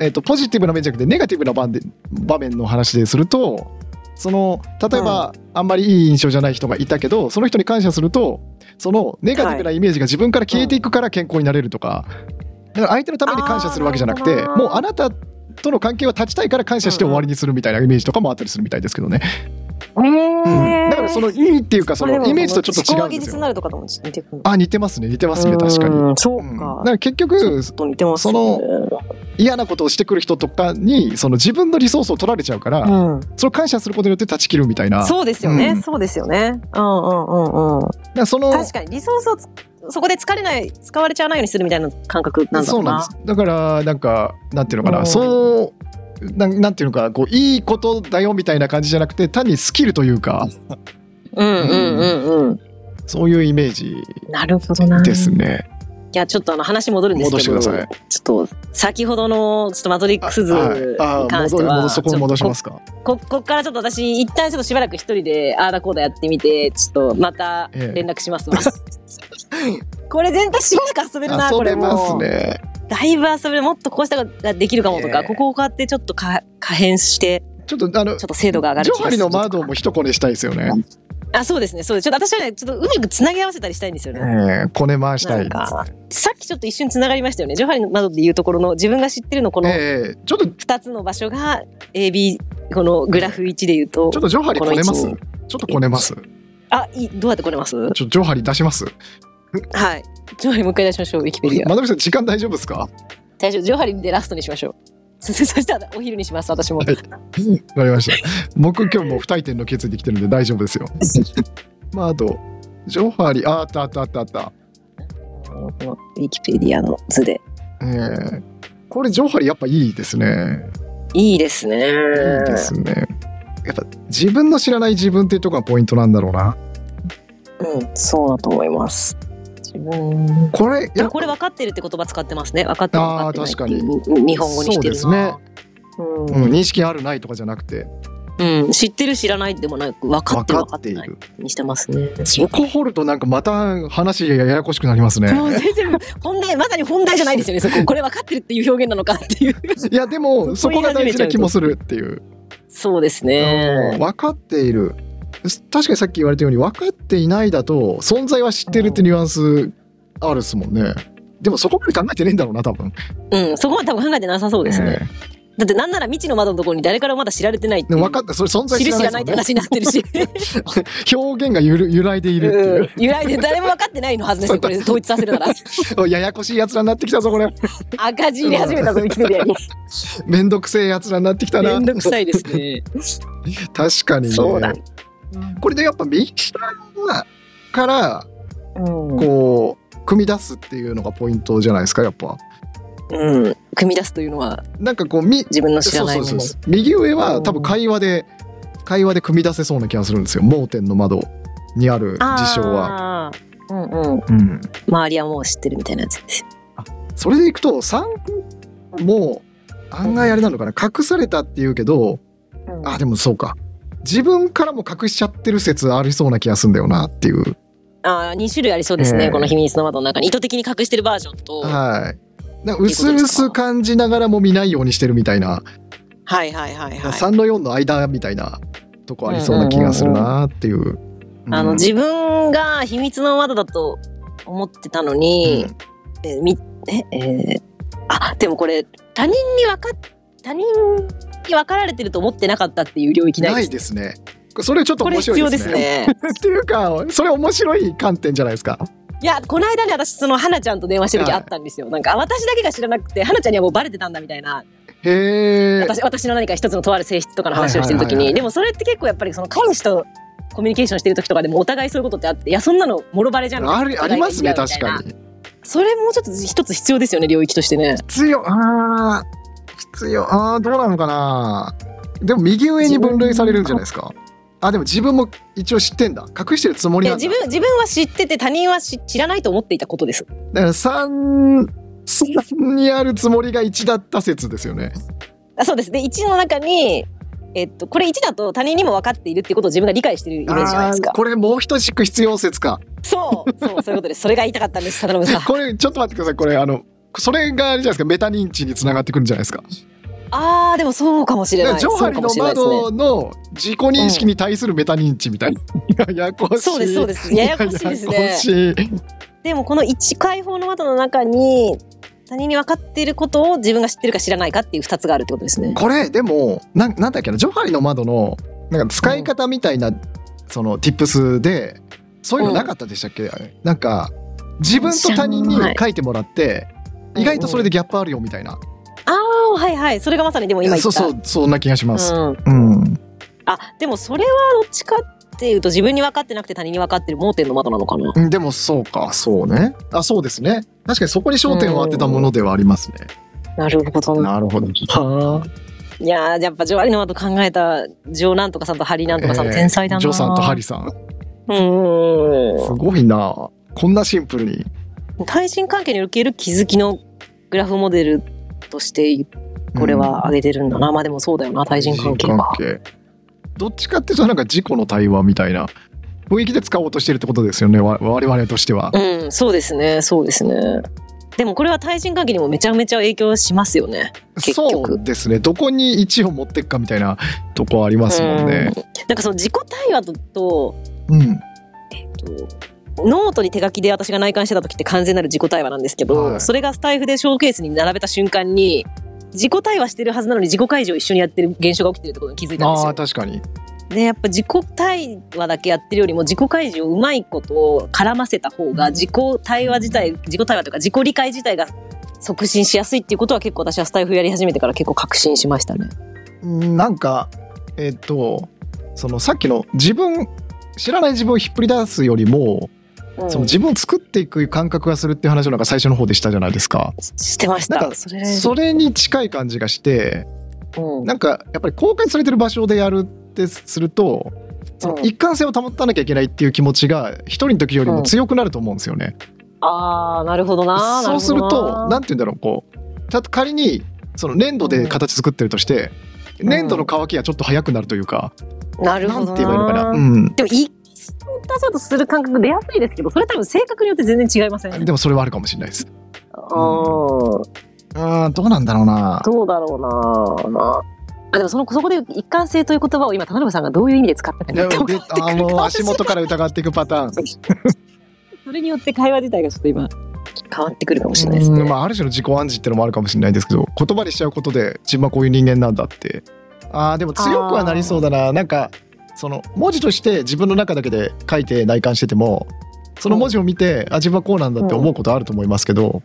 えっとポジティブな面じゃなくてネガティブな場で場面の話でするとその例えば、あんまりいい印象じゃない人がいたけどその人に感謝するとそのネガティブなイメージが自分から消えていくから健康になれるとか、だから相手のために感謝するわけじゃなく
あーな
て
るほど
もうあなたとの関係は断ちたいから感謝して終わりにするみたいなイメージとかもあったりするみたいですけどね、
う、
うんだからそのいいっていうかそ
まあで
の
も
イメージとちょっと違う
思考
ん
が技
です
術
よ
になるとかとも似てくる
あ似てますね似てますね確かに。
うんそう
う
か、
ん、だ
ち
か
ょ
ら結局
っと似てますね
嫌なことをしてくる人とかにその自分のリソースを取られちゃうから、
うん
それを感謝することによって断ち切るみたいな
そうですよね、
うん
そうですよねうんうんうんうん
だからその
確かにリソースをつそこで疲れない使われちゃわないようにするみたいな感覚なんだ
そ
ろ
う
うな
なんですだからなんかなんていうのかな、
うん
そうなんなんていうのかなこういいことだよみたいな感じじゃなくて単にスキルというか
うんうんうんうん
そういうイメージ
なるほどな
ですね。
いやちょっとあの話戻るんですけど
戻してください。
ちょっと先ほどのちょっとマトリックス図に
ああ
関して
戻
は
戻そこに戻しますすか。
ここっからちょっと私一旦ちょっとしばらく一人であーだこうだやってみてちょっとまた
ええ
連絡しますわ、これ全体しばらく遊べるなこ
遊
れ
べま
も
す
う
ね。
だいぶ遊べるもっとこうしたことができるかもとか、
ええ
ここをこうやってちょっとか可変して
ちょっとあの
ちょっと精度が上が
ジ
る
ョハリのマード
も
も一コネしたいですよね。
あそうですねそうですちょっと私はねちょっとうまくつなぎ合わせたりしたいんですよね、
ええコネ回した
ないん。かさっきちょっと一瞬つながりましたよねジョハリの窓でいうところの自分が知ってるのこの
ええちょっと
2つの場所が AB このグラフ1でいうと
ちょっとジョハリこねます
この位置。
ちょっとこねます。
あいいどうやってこれます
ちょっとジョハリ出します。
はいジョハリもう一回出しましょうウィキペディア
まなみさん時間大丈夫ですか？
大丈夫ジョハリでラストにしましょう そそしたらお昼にします私も
わかりました。僕今日もう二点の決意できてるんで大丈夫 ですよ。まああとジョハリああったあったあったあった。
このウィキペディアの図で
えーこれジョハリやっぱいいですね。
いいですね
いいですね。やっぱ自分の知らない自分っていうところがポイントなんだろうな。
うんそうだと思います自分
これやっぱ
これ分かってるって言葉使ってますね分かってる
あー
分ってないって
確
いう日本語にしてるな
そうですね
うん
うん、認識あるないとかじゃなくて
うん、知ってる知らないでもなく分か
分
ってる
か
分かっ
って
て
い
ない
る。
にしてますね。
そこ掘るとなんかまた話ややこしくなりますね。
もう全然本題まさに本題じゃないですよねそここれ分かってるっていう表現なのかっていう
いやでもそ
そこ言
こ
い
が
始
大
めち
事
ゃ
な
うと
気もするっていう。
そうです
うん
ね
分かっているす確かにさっき言われたように分かっていないだと存在は知ってるってニュアンスあるっすもんねでもそこまで考えてねえんだろうな多分
うんそこまで多分考えてなさそうですね、
え
だってなんなら未知の窓のところに誰からもまだ知られてないっ
え
て
で
いう
も分かってそれ存在
知
知
る
ら
知
な
ら
い
ないって
ですもんね
話になってるし
表現がゆる揺 らいでいるっていう
うん由来で誰も分かってないのはずですよこれ統一させるなら
おいややこしいやつらになってきたぞこれ
赤字入れ始めたぞウィキペディアに
めんどくせえやつらになってき た
め
なん
どくさいですね
確かにね
そうだ
これでやっぱ右下から
うん、
こう組み出すっていうのがポイントじゃないですかやっぱ
うん、組み出すというのは
なんかこうみ
自分の知らないも
そう
の
そうそうそう右上
う
は
ん
多分会話で会話で組み出せそうな気がするんですよ盲点の窓にある事象は、
はうんうん、
うん、
周りはもう知ってるみたいなやつですよ
それでいくと3も案外あれなのかな隠されたっていうけどあでもそうか自分からも隠しちゃってる説ありそうな気がするんだよなっていう
ああ2種類ありそうですね、
ええ
この秘密の窓の中に意図的に隠してるバージョンと、は、
はいなんか薄々感じながらも見ないようにしてるみたいない
はいはいはい
3の4の間みたいなとこありそうな気がするなっていう。うん
あの自分が秘密の窓だと思ってたのに、えーみええーあでもこれ他人に分かっ他人に分かられてると思ってなかったっていう領域な
ない
で
い
す
ですね。それちょっと
これ
面
必
白
要
いで
ですす
ね。
ね。
っていうかそれ面白い観点じゃないですか。
いや、この間ね、私、その、花ちゃんと電話してる時
は
あ
い
ったんですよ。なんか、私だけが知らなくて、花ちゃんにはもうバレてたんだみたいな、
へえ
私私の何か一つのとある性質とかの話をしてる時
はいはいはいは
に、
い
でもそれって結構やっぱり、その、彼氏とコミュニケーションしてる時とかでもお互いそういうことってあって、いや、そんなの、もろバレじゃん。
あるありますね
お互いが
確
嫌いみたいな
かに
それもうちょっと一つ必要ですよね、領域としてね。
必要あー必要あーどうなのかなでも右上に分類されるんじゃないですかあでも自分も一応知ってんだ隠してるつも
い
り
や
なんだ
自分自分は知ってて他人は知知らないと思っていたことです。
だから3 3にあるつもりが1だった説ですよね
あそうです。で1の中に、えっと、これ1だと他人にも分かっているっていうことを自分が理解してるイメージじゃないですか
あー。これもう等しく必要説 か
そうそうそういうことです。それが言いたかったんです、佐田信さん。
これちょっと待ってくださいこれあのそれがあれじゃないですかメタ認知につながってくるんじゃないですか
あーでもそうかもしれ
だか
な
ら
い。
ジョ
そ
ハ
うか
リ
も
の
しれないですね。
窓の自己認識に対するメタ認知みたいな、ややこしい
そうですそうですややこしいですね
ややこしい
でもこの1開放の窓の中に他人に分かっていることを自分が知ってるか知らないかっていう2つがあるってことですね。
これでもなんなんだっけなジョハリの窓のなんか使い方みたいな、その tips でそういうのなかったでしたっけ、あれなんか自分と他人に書いてもらって
知らない
意外とそれでギャップあるよみたいな、
ああはいはいそれがまさにでも今言った。
そうそうそんな気がします、
うん
うん
あでもそれはどっちかっていうと自分に分かってなくて他人に分かってる盲点の窓なのかな。
うんでもそうかそうねあそうですね確かにそこに焦点を当てたものではありますね、
なるほど。
なるほどはあ
いやーやっぱジョアリの窓考えたジョーなんとかさんとハリーなんとかさん、天才だな。
ジョさんとハリさん
うんうん
す
う
ごいなこんなシンプルに
ん。対人関係における気づきのグラフモデルとしてこれは挙げてるんだな。まあでもそうだよな対人関係
人
は。
係どっちかっていうとなんか事故の対話みたいな雰囲気で使おうとしてるってことですよねわ我々としては、
うんそうですねそうですね。でもこれは対人関係にもめちゃめちゃ影響しますよね。結局
そうですねどこに1を持ってくかみたいなとこありますもんね
うんなんかその自己対話とと
うん、
とノートに手書きで私が内観してた時って完全なる自己対話なんですけど、
はい
それがスタイフでショーケースに並べた瞬間に自己対話してるはずなのに自己開示を一緒にやってる現象が起きてるってことに気づいたんです
ああ
よ。
確かに
でやっぱ自己対話だけやってるよりも自己開示をうまいこと絡ませた方が自己対話自体自己対話というか自己理解自体が促進しやすいっていうことは結構私はスタイフやり始めてから結構確信しましたね。
うんなんかえっとそのさっきの自分知らない自分をひっぷり出すよりも、
うん
その自分を作っていく感覚がするっていう話をなんか最初の方でしたじゃないですか、
してまし
なん
た。
か
それ
それに近い感じがして
うん
なんかやっぱり公開されてる場所でやるってするとその
うん
一貫性を保たなきゃいけないっていう気持ちが一人の時よりも強くなると思うんですよね。
ああなるほどな。
そうすると
な
何て言うんだろうこうた仮にその粘土で形作ってるとして、
うん
粘土の乾きがちょっと早くなるというか、
ほどななる
な
ほ
ん
ど
て
な
言えばいいのかな、うん、
でも一気通ったそうとする感覚出やすいですけどそれ多分性格によって全然違いません。うん
でもそれはあるかもしれないです。うんどうなんだろうな。
どうだろうな。あでもそのそこで一貫性という言葉を今田辺さんがどういう意味で使ったかに
で
よって分
もで
かってくる
あ
かも
の
しれ
足
ない
元から疑っていくパターン
それによって会話自体がちょっと今変わってくるかもしれないです
うん
ね。
まあ、ある種の自己暗示ってのもあるかもしれないですけど言葉にしちゃうことで自分はこういう人間なんだってあーでも強くはなりそうだななんかその文字として自分の中だけで書いて内観しててもその文字を見て、あ自分はこうなんだって思うことあると思いますけど、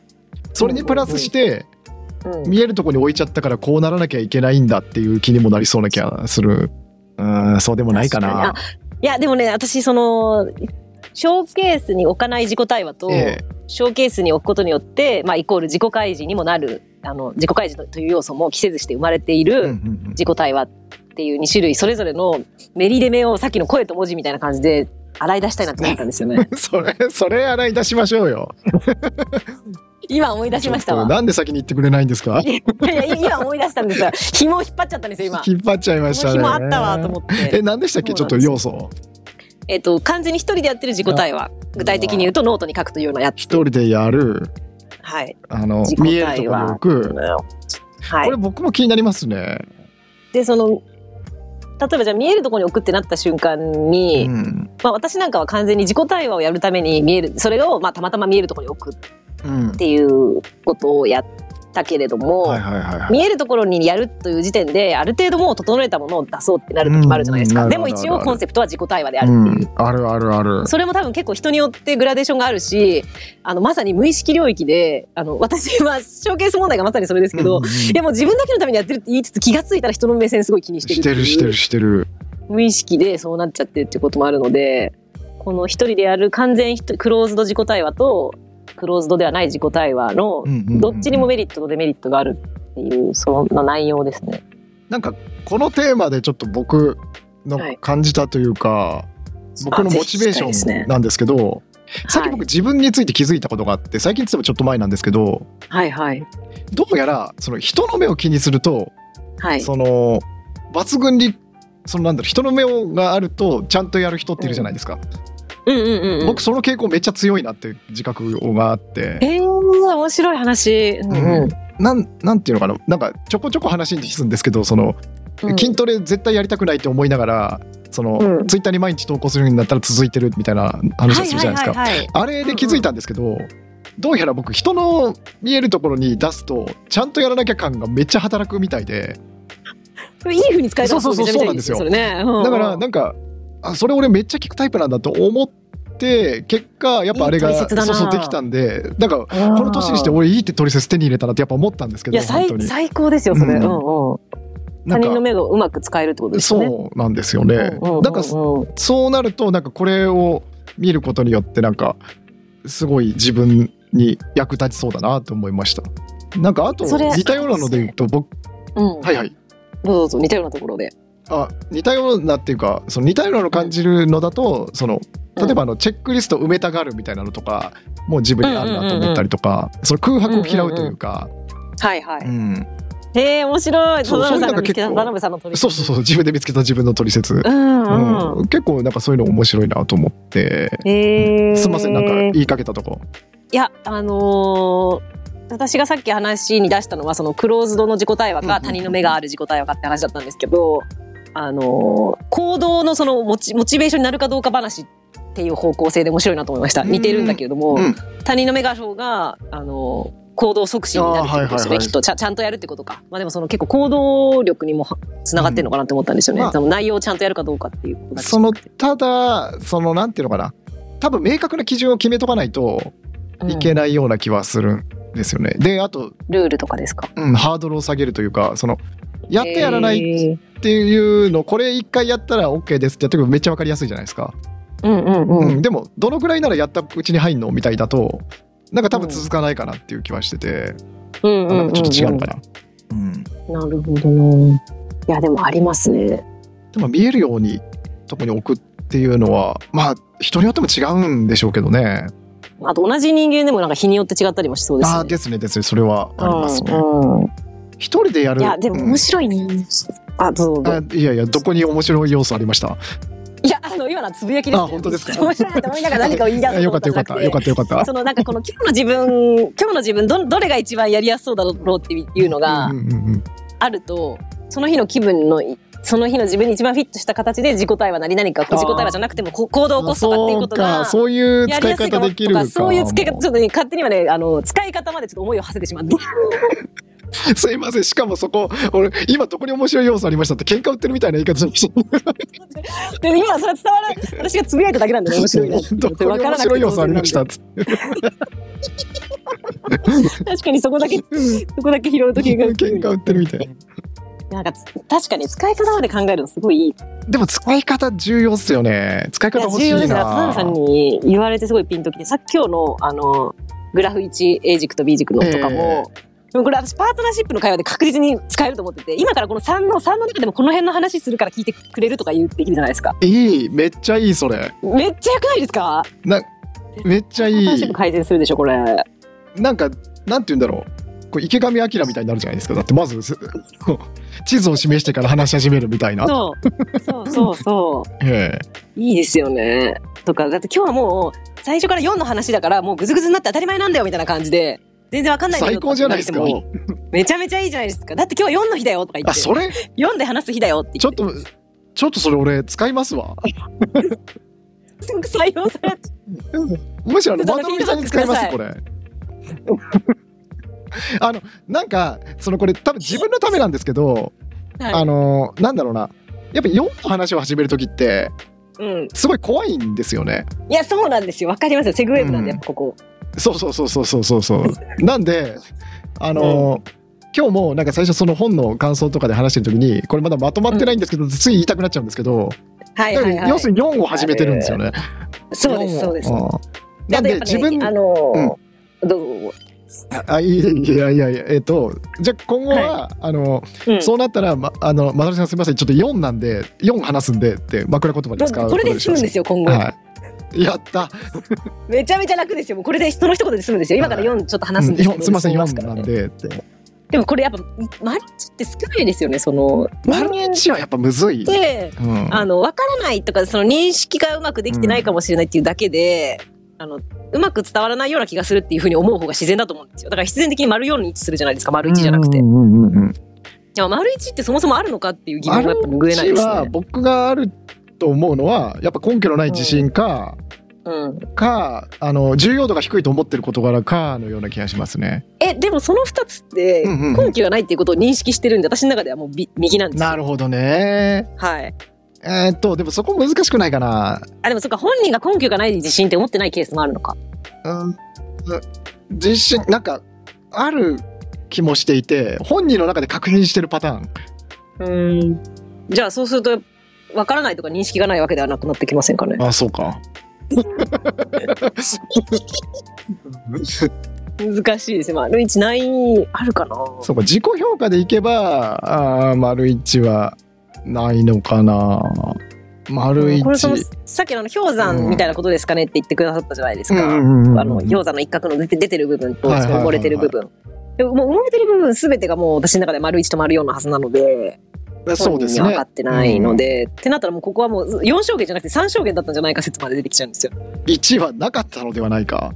それにプラスして、
うん
見えるとこに置いちゃったからこうならなきゃいけないんだっていう気にもなりそうな気がするうんそうでもないかな。
確にあいやでもね私そのショーケースに置かない自己対話と、
え
ショーケースに置くことによって、まあ、イコール自己開示にもなるあの自己開示という要素も着せずして生まれてい
えうんう
る
ん
自己対話っていう2種類それぞれのメリデメをさっきの声と文字みたいな感じで洗い出したいなって思ったんですよね
うんそれそれ洗い出しましょうよ。
今思い出しました
ちょ
わ
っとなんで先に言ってくれないんですか
いやいや今思い出したんですよ紐を引っ張っちゃったんですよ今
引っ張っちゃいまし
こ
た
の
ね。
紐あったわと思って
え、何でしたっけ、ち
そ
ょ
うな
っと
んです
要素。
えっと完全に一人でやってる自己対話具体的に言うとノートに書くというようなやつ
一人でやる、
はい
あの
自、己
見えるところに置く。
はい
これ僕も気になりますね。
でその例えばじゃあ見えるところに置くってなった瞬間に、
うん。
まあ、私なんかは完全に自己対話をやるために見えるそれをまあたまたま見えるところに置くっ
うん。
ていうことをやったたけれども、
はいはいはいはい
見えるところにやるという時点である程度もう整えたものを出そうってなる時もあるじゃないですか、
うん
でも
なるほど
一応コンセプトは自己対話であるっ
う
ていう、
ん、あるあるある
それも多分結構人によってグラデーションがあるしあのまさに無意識領域であ の私はショーケース問題がまさにそれですけど、
うんうん
いやもう自分だけのためにやってるって言いつつ気がついたら人の目線すごい気にしてる
して
ってい
る
う
してるしてる
無意識でそうなっちゃってるってこともあるのでこの一人でやる完全ひとクローズド自己対話とクローズドではない自己対話の
うんうんうん
どっちにもメリットとデメリットがあるっていうその内容ですね。
なんかこのテーマでちょっと僕の
はい
感じたというか、僕のモチ
あぜひ聞き
ベーシ
たいです
ョ
ね
ンなんですけどさっき
は
僕
い
自分について気づいたことがあって最近つってもちょっと前なんですけど
はいはい
どうやらその人の目を気にすると、
はい。
その抜群にそのなんだろう人の目をがあるとちゃんとやる人っているじゃないですか、
うんうんうんうん。
僕その傾向めっちゃ強いなっていう自覚があって、
えー、面白い話。うんうん
うんなんなんていうのかななんかちょこちょこ話にするんですけどその、
うん
筋トレ絶対やりたくないって思いながらその、
うん
ツイッターに毎日投稿するようになったら続いてるみたいな話をするじゃないですか、
はいはいはいはい
あれで気づいたんですけど、どうやら僕人の見えるところに出すとちゃんとやらなきゃ感がめっちゃ働くみたいで
これいい風に使えたら
そうそう
め
そう
ちゃめちゃいいですよ
そ
そうれね。
だ
だ
からなんかあそれ俺めっちゃ聞くタイプなんだと思って結果やっぱあれが
いい取説だな
そうそうできたんでなんか
こ
この年にして俺いいってトリセツ手に入れたなってやっぱ思ったんです
い
けど
や
本
最
当に
最高ですよそれ。
う
うんんうん。
な
他
ん
人の
か
目をうまく使えるってことですよね。
そうなんですよね
うんうんうんうん
なんかそうなるとなんかこれを見ることによってなんかすごい自分に役立ちそうだなと思いましたなんかあと
それ
似たようなので言うと僕
うん
はいはい
どうぞどうぞ似たようなところで。
あ似たようなっていうかその似たようなの感じるのだとその例えばあのチェックリスト埋めたがるみたいなのとかもう自分にあるなと思ったりとか、その空白を嫌うというか、
はいはい。
うん
へえ面白い。
そう
田辺さん
そう
が
いうのが
見つけ
結
た
構
田辺さんの取り
そうそうそう自分で見つけた自分の取説、
う。うんうん。
うん結構なんかそういうの面白いなと思って、
へえ。
すみませんなんか
い
言いかけたとこ
やあのー私がさっき話に出したのはそのクローズドの自己対話
う
か
んうん
他人の目がある自己対話かって話だったんですけど、あのー行動のそのモチモチベーションになるかどうか話っていう方向性で面白いなと思いました。
うん
似てるんだけれども、
うん
他人の目がある方があのー行動促進になるってことですよね、
あーはいはいはい
きっとちゃちゃんとやるってことか、まあ、でもその結構行動力にもはつながってるのかなって思ったんですよね、
うんまあ
その内容をちゃんとやるかどうかっていうことだけ
そのただそのなんていうのかな多分明確な基準を決めとかないと
うん
いけないような気はするんですよね、であと、
ルールとかですか
うん、ハードルを下げるというかそのやってやらない
へー
っていうのこれ一回やったら OK ですってやってくるめっちゃ分かりやすいじゃないですか、
うんうんう
うん
ん
でもどのぐらいならやったうちに入んのみたいだとなんか多分続かないかなっていう気はしてて、
うん
あなんかちょっと違うのか
な。
な、うん
なるほどな。いやでもありますね。
でも見えるようにとこに置くっていうのはまあ人によっても違うんでしょうけどね
あと同じ人間でもなんか日によって違ったりもしそうです、ね。
ああですねですねそれはありますね、
うんうん
一人でやる
いやでも面白いね。あどうぞ
うん
どうぞ。
あいやいやどこに面白い要素ありました
いやあの今のはつぶやきです、ね。
あ本当ですか
面白いなと思いながら何かを言い出す
あよかったよかったよか
っ
ったよかった
そのなんかこの今日の自分今日の自分どどれが一番やりやすそうだろうっていうのが
うんうんうんうん
あると、その日の気分のいその日の自分に一番フィットした形で自己対話なり何かこう
あー
自己対話じゃなくてもこう行動を起こすとかっていうこと
あそう
が
かそういう
やり
使い
やすい
方
かも
できる
と
か
かそういう付け方
も
ちょっとね勝手にはねあの使い方までちょっと思いを馳せてしまって
すいませんしかもそこ俺今どこに面白い要素ありましたって喧嘩売ってるみたいな言い方してまし
で今それ伝わらない私がつぶやいただけなんでね面白いなって
たどこに面白い要素ありましたって
確かにそこだけそこだけ拾うと喧嘩売って
喧
る
嘩売ってるみたい
な
な
んか確かに使い方まで考えるのすごいいい
でも使い方重要っすよね使い
い
方
や
欲
重
しい
要
な
ですね田辺さんに言われてすごいピンときてさっき今日のあのグラフ 1A 軸と B 軸のとかも、でもこれ私パートナーシップの会話で確実に使えると思ってて今からこの3の3の中でもこの辺の話するから聞いてくれるとか言ってできるじゃないですか
いいめっちゃいいそれ
めっちゃ良くないですか
なめっちゃい
パートナーシッ
い
プ改善するでしょこれ
なんかなんて言うんだろうこう池上彰みたいになるじゃないですかだってまずす地図を示してから話し始めるみたいな、
そうそう そうそ
ええ
ういいですよねとかだって今日はもう最初から4の話だからもうグズグズになって当たり前なんだよみたいな感じで全然わかんないんだよ
最高じゃないですか
とってもめちゃめちゃいいじゃないですかだって今日は4の日だよとか言
あ
って
それ
4で話す日だよって言
ちょっ
って
とちょっとそれ俺使いますわ
すごく採用されて
むしろあのバトルミさんに使いますこれ あのなんかそのこれ多分自分のためなんですけど、
はい
あのなんだろうなやっぱ4の話を始める時って
うん。
すごい怖いんですよね。
いや、そうなんですよ。わかりますよ。セグウェーブなんで、
うん
やっぱここ。
そうそうそうそうそうそうそう。なんであの、今日もなんか最初その本の感想とかで話してる時にこれまだまとまってないんですけど、つい言いたくなっちゃうんですけど、
はいはいはい。
要するに4を始めてるんですよね。
そうです、そうです。
うんなん
あと
で
やっぱね
自分
あのー、どうぞ
あいやいやいやいやえっとじゃあ今後は、あ
どうぞ
の
うん
そうなったら、ま、あの、まさるさんすみません、ちょっと4なんで、4話すんでって、枕言葉で使う
こ
こ
れ
と
で
にし
済む
ま。
んですすよ、今後。
はい。やった。
めちゃめちゃ楽ですよ。もうこれで人の一言で済むんですよ。今から4ちょっと話すんですけど、
4すみません、
そうしすか
4
ら
な
ね
んでって。
でもこれやっぱ、毎日って少ないですよね、その。
丸1はやっぱむずい。
で、
うん
あの、わからないとか、その認識がうまくできてないかもしれないっていうだけで、あの、うまく伝わらないような気がするっていうふうに思う方が自然だと思うんですよ。だから必然的に丸4に位置するじゃないですか、丸1じゃなくて。
う
い
んうんうんうん
や、丸1ってそもそもあるのかっていう疑問が
丸
やっぱ拭えない
1
です
は
ね。
僕があると思うのは、やっぱ根拠のない自信か、
うん。
か、あの、重要度が低いと思ってる事柄かのような気がしますね。
え、でもその2つって、
うんうんうん
根拠がないっていうことを認識してるんで、私の中ではもうび右なんですよ。
なるほどね。
はい。
えーっと、でもそこ難しくないかな。
あ、でもそっか、本人が根拠がない自信って思ってないケースもあるのか。
うん、自信なんかある気もしていて本人の中で確認してるパターン
うん。じゃあそうすると、わからないとか認識がないわけではなくなってきませんかね。
あそう か
難しいですね。まあ、ルイチない、あるかな。
そうか自己評価でいけばあー丸一はないのかな丸一
これそのさっきのあの氷山みたいなことですかねって言ってくださったじゃないですか、
うんうんうんうん
あの氷山の一角の出て出てる部分と
はいはい
そ
はい
の埋も
はい
れてる部分、でももう埋もれてる部分全てがもう私の中で丸1と丸4のはずなので
そうです
本人には分
ね
かってないので、ってなったらもうここはもう4証言じゃなくて3証言だったんじゃないか説まで出てきちゃうんですよ
1はなかったのではないか、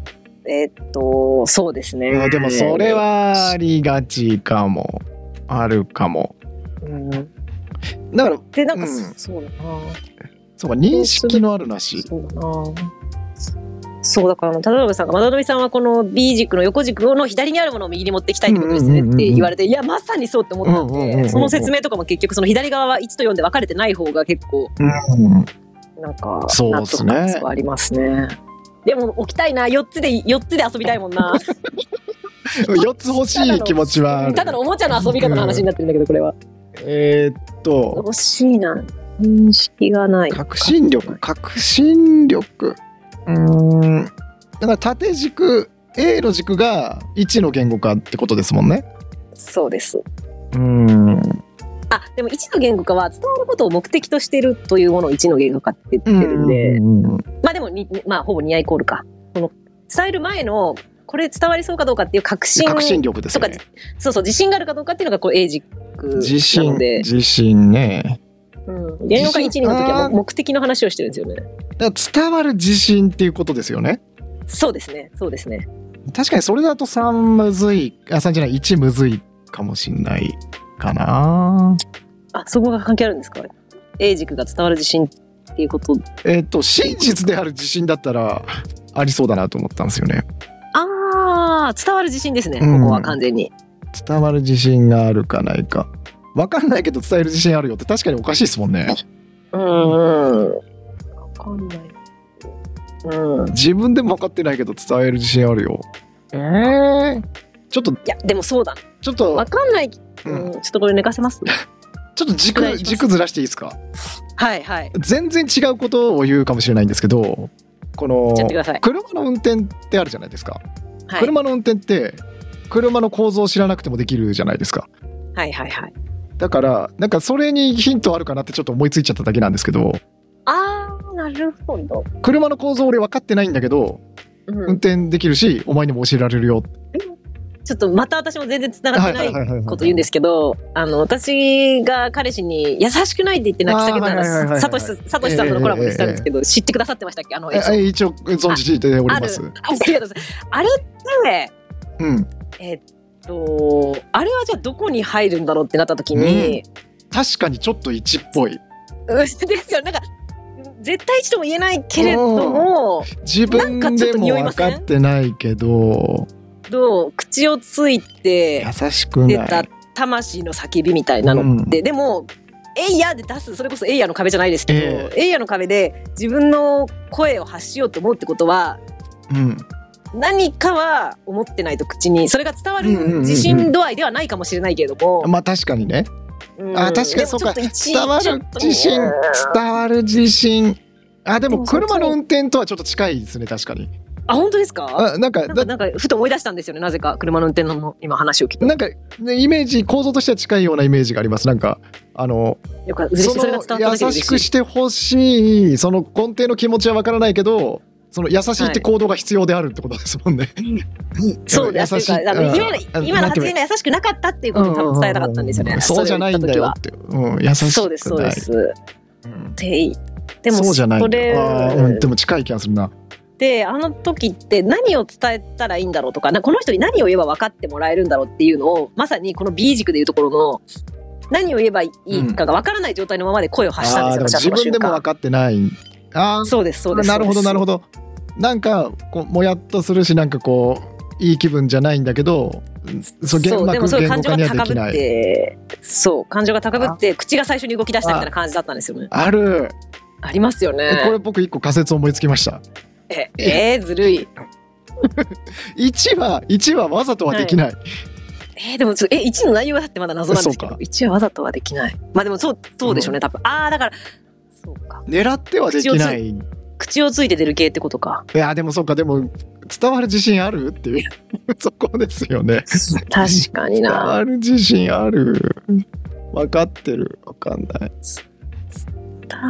えーっとそうですね、
うんでもそれはありがちかもあるかも
うん
だから
でなんか、
うん
そうだな
そうか認識のあるなし
そうだなそうだからあの忠信さんが忠信さんはこの B 軸の横軸の左にあるものを右に持ってきたいってことですねっ
うんうんうんうん
て言われていやまさにそうって思ったん
うんうんうんうん
でその説明とかも結局その左側は1と4で分かれてない方が結構
うん
なんか
そう
納
っす
得
ね
感がありますね。でも置きたいな4つで4つで遊びたいもんな
4つ欲しい気持ちはある
ただのおもちゃの遊び方の話になってるんだけどこれは
えーっと
欲しいな認識がない
革新力革新力うーんだから縦軸 A の軸が1の言語化ってことですもんね
そうです
うん
あでも1の言語化は伝わることを目的としてるというものを1の言語化って言ってるんで、まあでもにまあほぼ2アイコールかその伝える前のこれ伝わりそうかどうかっていう確信
革新力ですね
とかそうそう自信があるかどうかっていうのがこう A 軸
自
な
信
ので、
自信ね
うん、言語化1
自信
の時は
あー
もう目的の話をしてるんですよね
だから伝わる自信っていうことですよね
そうですねそうですね
確かにそれだと3むずいあ3じゃない1むずいかもしんないかな
あそこが関係あるんですか A 軸が伝わる自信っていうこと
えーっと真実である自信だったらありそうだなと思ったんですよね
あー伝わる自信ですねこ
うん
こは完全に、
伝わる自信があるかないか分かんないけど伝える自信あるよって確かにおかしいですもんね
うんうん。わかんない。うん。
自分でも分かってないけど伝える自信あるよえー、ちょっと
いや、でもそうだ。
ちょっと
わ、かんない。
う
うんん、ちょっとこれ寝かせます。
ちょっと
お願
軸
いします
軸ずらしていいですか
はいはい。
全然違うことを言うかもしれないんですけどこ
言
の
っちゃってください
車の運転ってあるじゃないですか、
はい。
車の運転って車の構造を知らなくてもできるじゃないですか
はいはいはい。
だからなんかそれにヒントあるかなってちょっと思いついちゃっただけなんですけど
ああ、なるほど。
車の構造俺分かってないんだけど
う
運
ん。
転できるし、お前にも教えられるよ
ちょっとまた私も全然繋がってない。
いはい
こと言うんですけど、あの私が彼氏に優しくないって言って泣き叫んだ
あーはいはいはいは
ら、
い
さとしさとしさんとのコラボでしたんですけど、知ってくださってましたっけあのエピソード
え一応存じており
あ
ま
る
す。
ありがとうございます。あれって
うん、
とあれはじゃあどこに入るんだろうってなった時に、
確かにちょっと一っぽい。
うん ですよなんか絶対一とも言えないけれども
自分
なんかちょっ
で
と
も
匂い
分
ません
かってないけど、
ど口をついて
優しく
出
な
た
い。
魂の叫びみたいなのって、でも「えいや!」で出すそれこそ「えいや!」の壁じゃないですけど「えいや!」の壁で自分の声を発しようと思うってことは
うん。
何かは思ってないと口にそれが伝わ
うんうんうんう
る
ん
自信度合いではないかもしれないけれども、
まあ確かにね。
うん
あ確かに
でも
そうか
ちょっと一
伝わ
ちょっ
る
と
自信
うん
伝わる自信あで
で
も
もそっち
車の運転とはちょっと近いですね確かに
あ本当ですか
あなんか
なんか
だ
なんかふと思い出したんですよねなぜか車の運転の今話を聞いて
なんか、ね、イメージ構造としては近いようなイメージがありますなんかあの
よかった嬉し
そ
いそれが伝わっただ
の
けで
優しく
嬉しい
してほしいその根底の気持ちはわからないけどその優しいって行動が必要であるってことですもんね、
そうです
優しい
っていうかあの
うん
今の今の発言が優しくなかったっていうことを多分伝えたかったんですよ
うう
ね
うそうじゃないんだよって、うん、優しくない
そうですそうです
うん
ででも
そうじゃないん
そ
だ
れ
よあーうんでも近い気がするな
であの時って何を伝えたらいいんだろうとかなこの人に何を言えば分かってもらえるんだろうっていうのをまさにこの B 軸でいうところの何を言えばいいかが分からない状態のままで声を発したん
あ
で
ー
すよ、私
だから自
はその
分でも分かってないあ
瞬
ー
間そうですそうです
なるほどなるほ
ど
どなんかこうもやっとするしなんかこういい気分じゃないんだけどそ
そう
ううま
でも
く
そういう
言
感
語
情が
化にはで
高
き
ぶ
な
っ
い
てそう感情が高ぶって口が最初に動き出したみたいな感じだったんですよね
ある
ありますよ
えこれ
ね
僕一個仮説思いつきました
ええーずるい
1は1はわざとはできない、
えーでもちょっとえ1の内容だってまだ謎なんですけ
そ
ど
うか
1はわざとはできないまあでもそうそうでしょうね多分ああだからそうか
狙ってはできないい
口をついて出る系ってことか
やでもそうかでも伝わる自信あるっていう そこですよね
確かに
伝
な
わる自信ある分かってる分かんない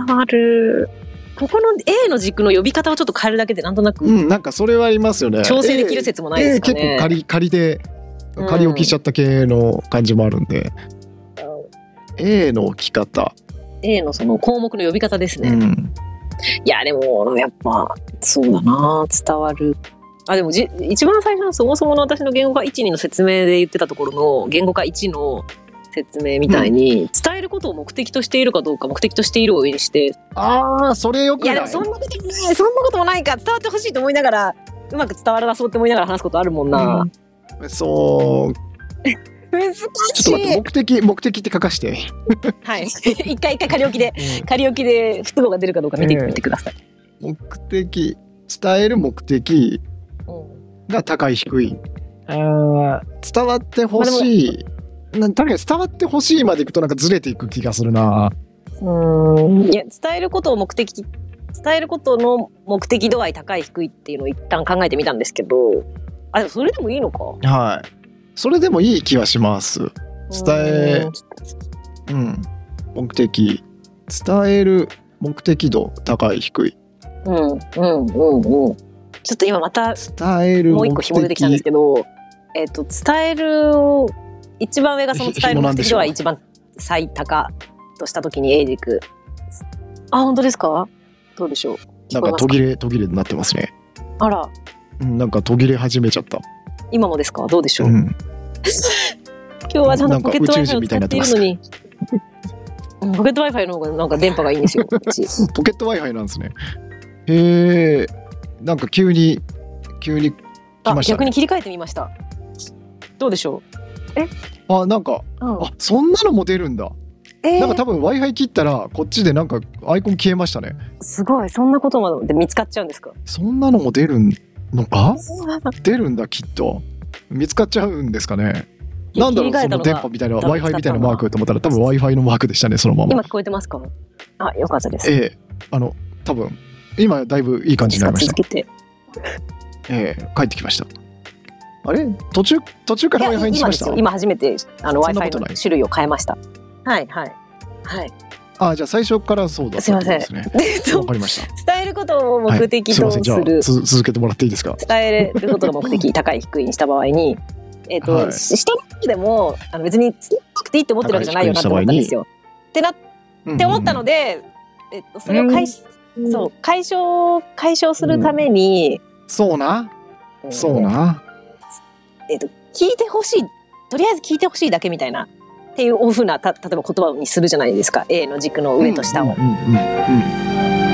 伝わるここの A の軸の呼び方をちょっと変えるだけでなんとな
う
く
んなんかそれはありますよね
調整できる説もない
え
で
え
すか
結構
ね、
仮仮で
うん
仮置きしちゃった系の感じもあるんで、A の置き方、
A のその項目の呼び方ですね、
うん、
いやでもやっぱそうだな伝わるあでもじ一番最初のそもそもの私の言語化12の説明で言ってたところの言語化1の説明みたいに、伝えることを目的としているかどうか目的としているを上にして
ああそれよく
いや
ない
でもそんなこともないそんなこともないか伝わってほしいと思いながらうまく伝わらなそうって思いながら話すことあるもんな、
うんそう
難しい
ちょっと待って目的目的って書かして、
はい。一回一回仮置きで、仮置きで不都合が出るかどうか見て
ええ
みてください。
目的伝える目的
うん
が高い低い伝わってほしい、な確かに伝わってほしいまでいくとなんかずれていく気がするな
うん。いや、伝えることを目的、伝えることの目的度合い高い低いっていうのを一旦考えてみたんですけど、あ、でもそれでもいいのか。
はいそれでもいい気はします伝え
うん
うん目的伝える目的度高い低い
うん、うん、うん、うん。ちょっと今また
伝える
もう
目
一個
的
紐出てきたんですけど、えっ、と、伝える、一番上がその伝える目的度は一番最高としたときに A 軸。あ、本当ですかどうでしょう聞
なん
こえ
か
ます
途
か
切れ途切れになってますね、
あら、
うん、なんか途切れ始めちゃった、
今もですかどうでしょう、
うん、
今日はちゃんとポケット
なんか
Wi-Fi
宇宙人
を
み
使
たいに
っ
なって
ている
ます
のに。うんポケット Wi-Fi の方がなんか電波がいいんですよ。こっ ち
ポケット Wi-Fi なんですねへえんか急に急に来
あ、
ました
逆
ね
に切り替えてみました。どうでしょ
あなんか
う。うん、
あそんなのも出るんだ、
え
なんか多分 Wi-Fi 切ったらこっちでなんかアイコン消えましたね
すごいそんなことまで見つかっちゃうんですか。
そんなのも出るのか出るんだきっと見つかっちゃうんですかねなんだろう
切り替
そ
えた
の
の
電
が
波みたいな
多分
Wi-Fi みたいなマークと思ったら多分 Wi-Fi のマークでしたねそのまま
今聞こえてますか。あ、よかったです。
ええあの多分今だいぶいい感じになりました
続けて。
ええ帰ってきましたあれ途中途中から Wi-Fi にし
今
ま
で
し
す
た
よ。今初めてあの
そんなこと
Wi-Fi
ない
の種類を変えました。はいはいはい。
あじゃあ最初からそうだったってことですね
でえっ
わ
と
かり ました
伝えることを目的
すい
と
ません
す
じゃあ
る
つ続けてもらっていいですか
伝えることが目的高い低いにした場合に、えっと
はい
し下の方でもあの別に伝えなくていいって思ってるわけじゃないよなって思ったんですよ。ってなって思ったの
で
で、えっと、それを解,、そう解消解消するために、
そうなそう
えっ
な
と聞いてほしいとりあえず聞いてほしいだけみたいなっていうふうなた例えば言葉にするじゃないですか A の軸の上と下を。
うんうんうんうん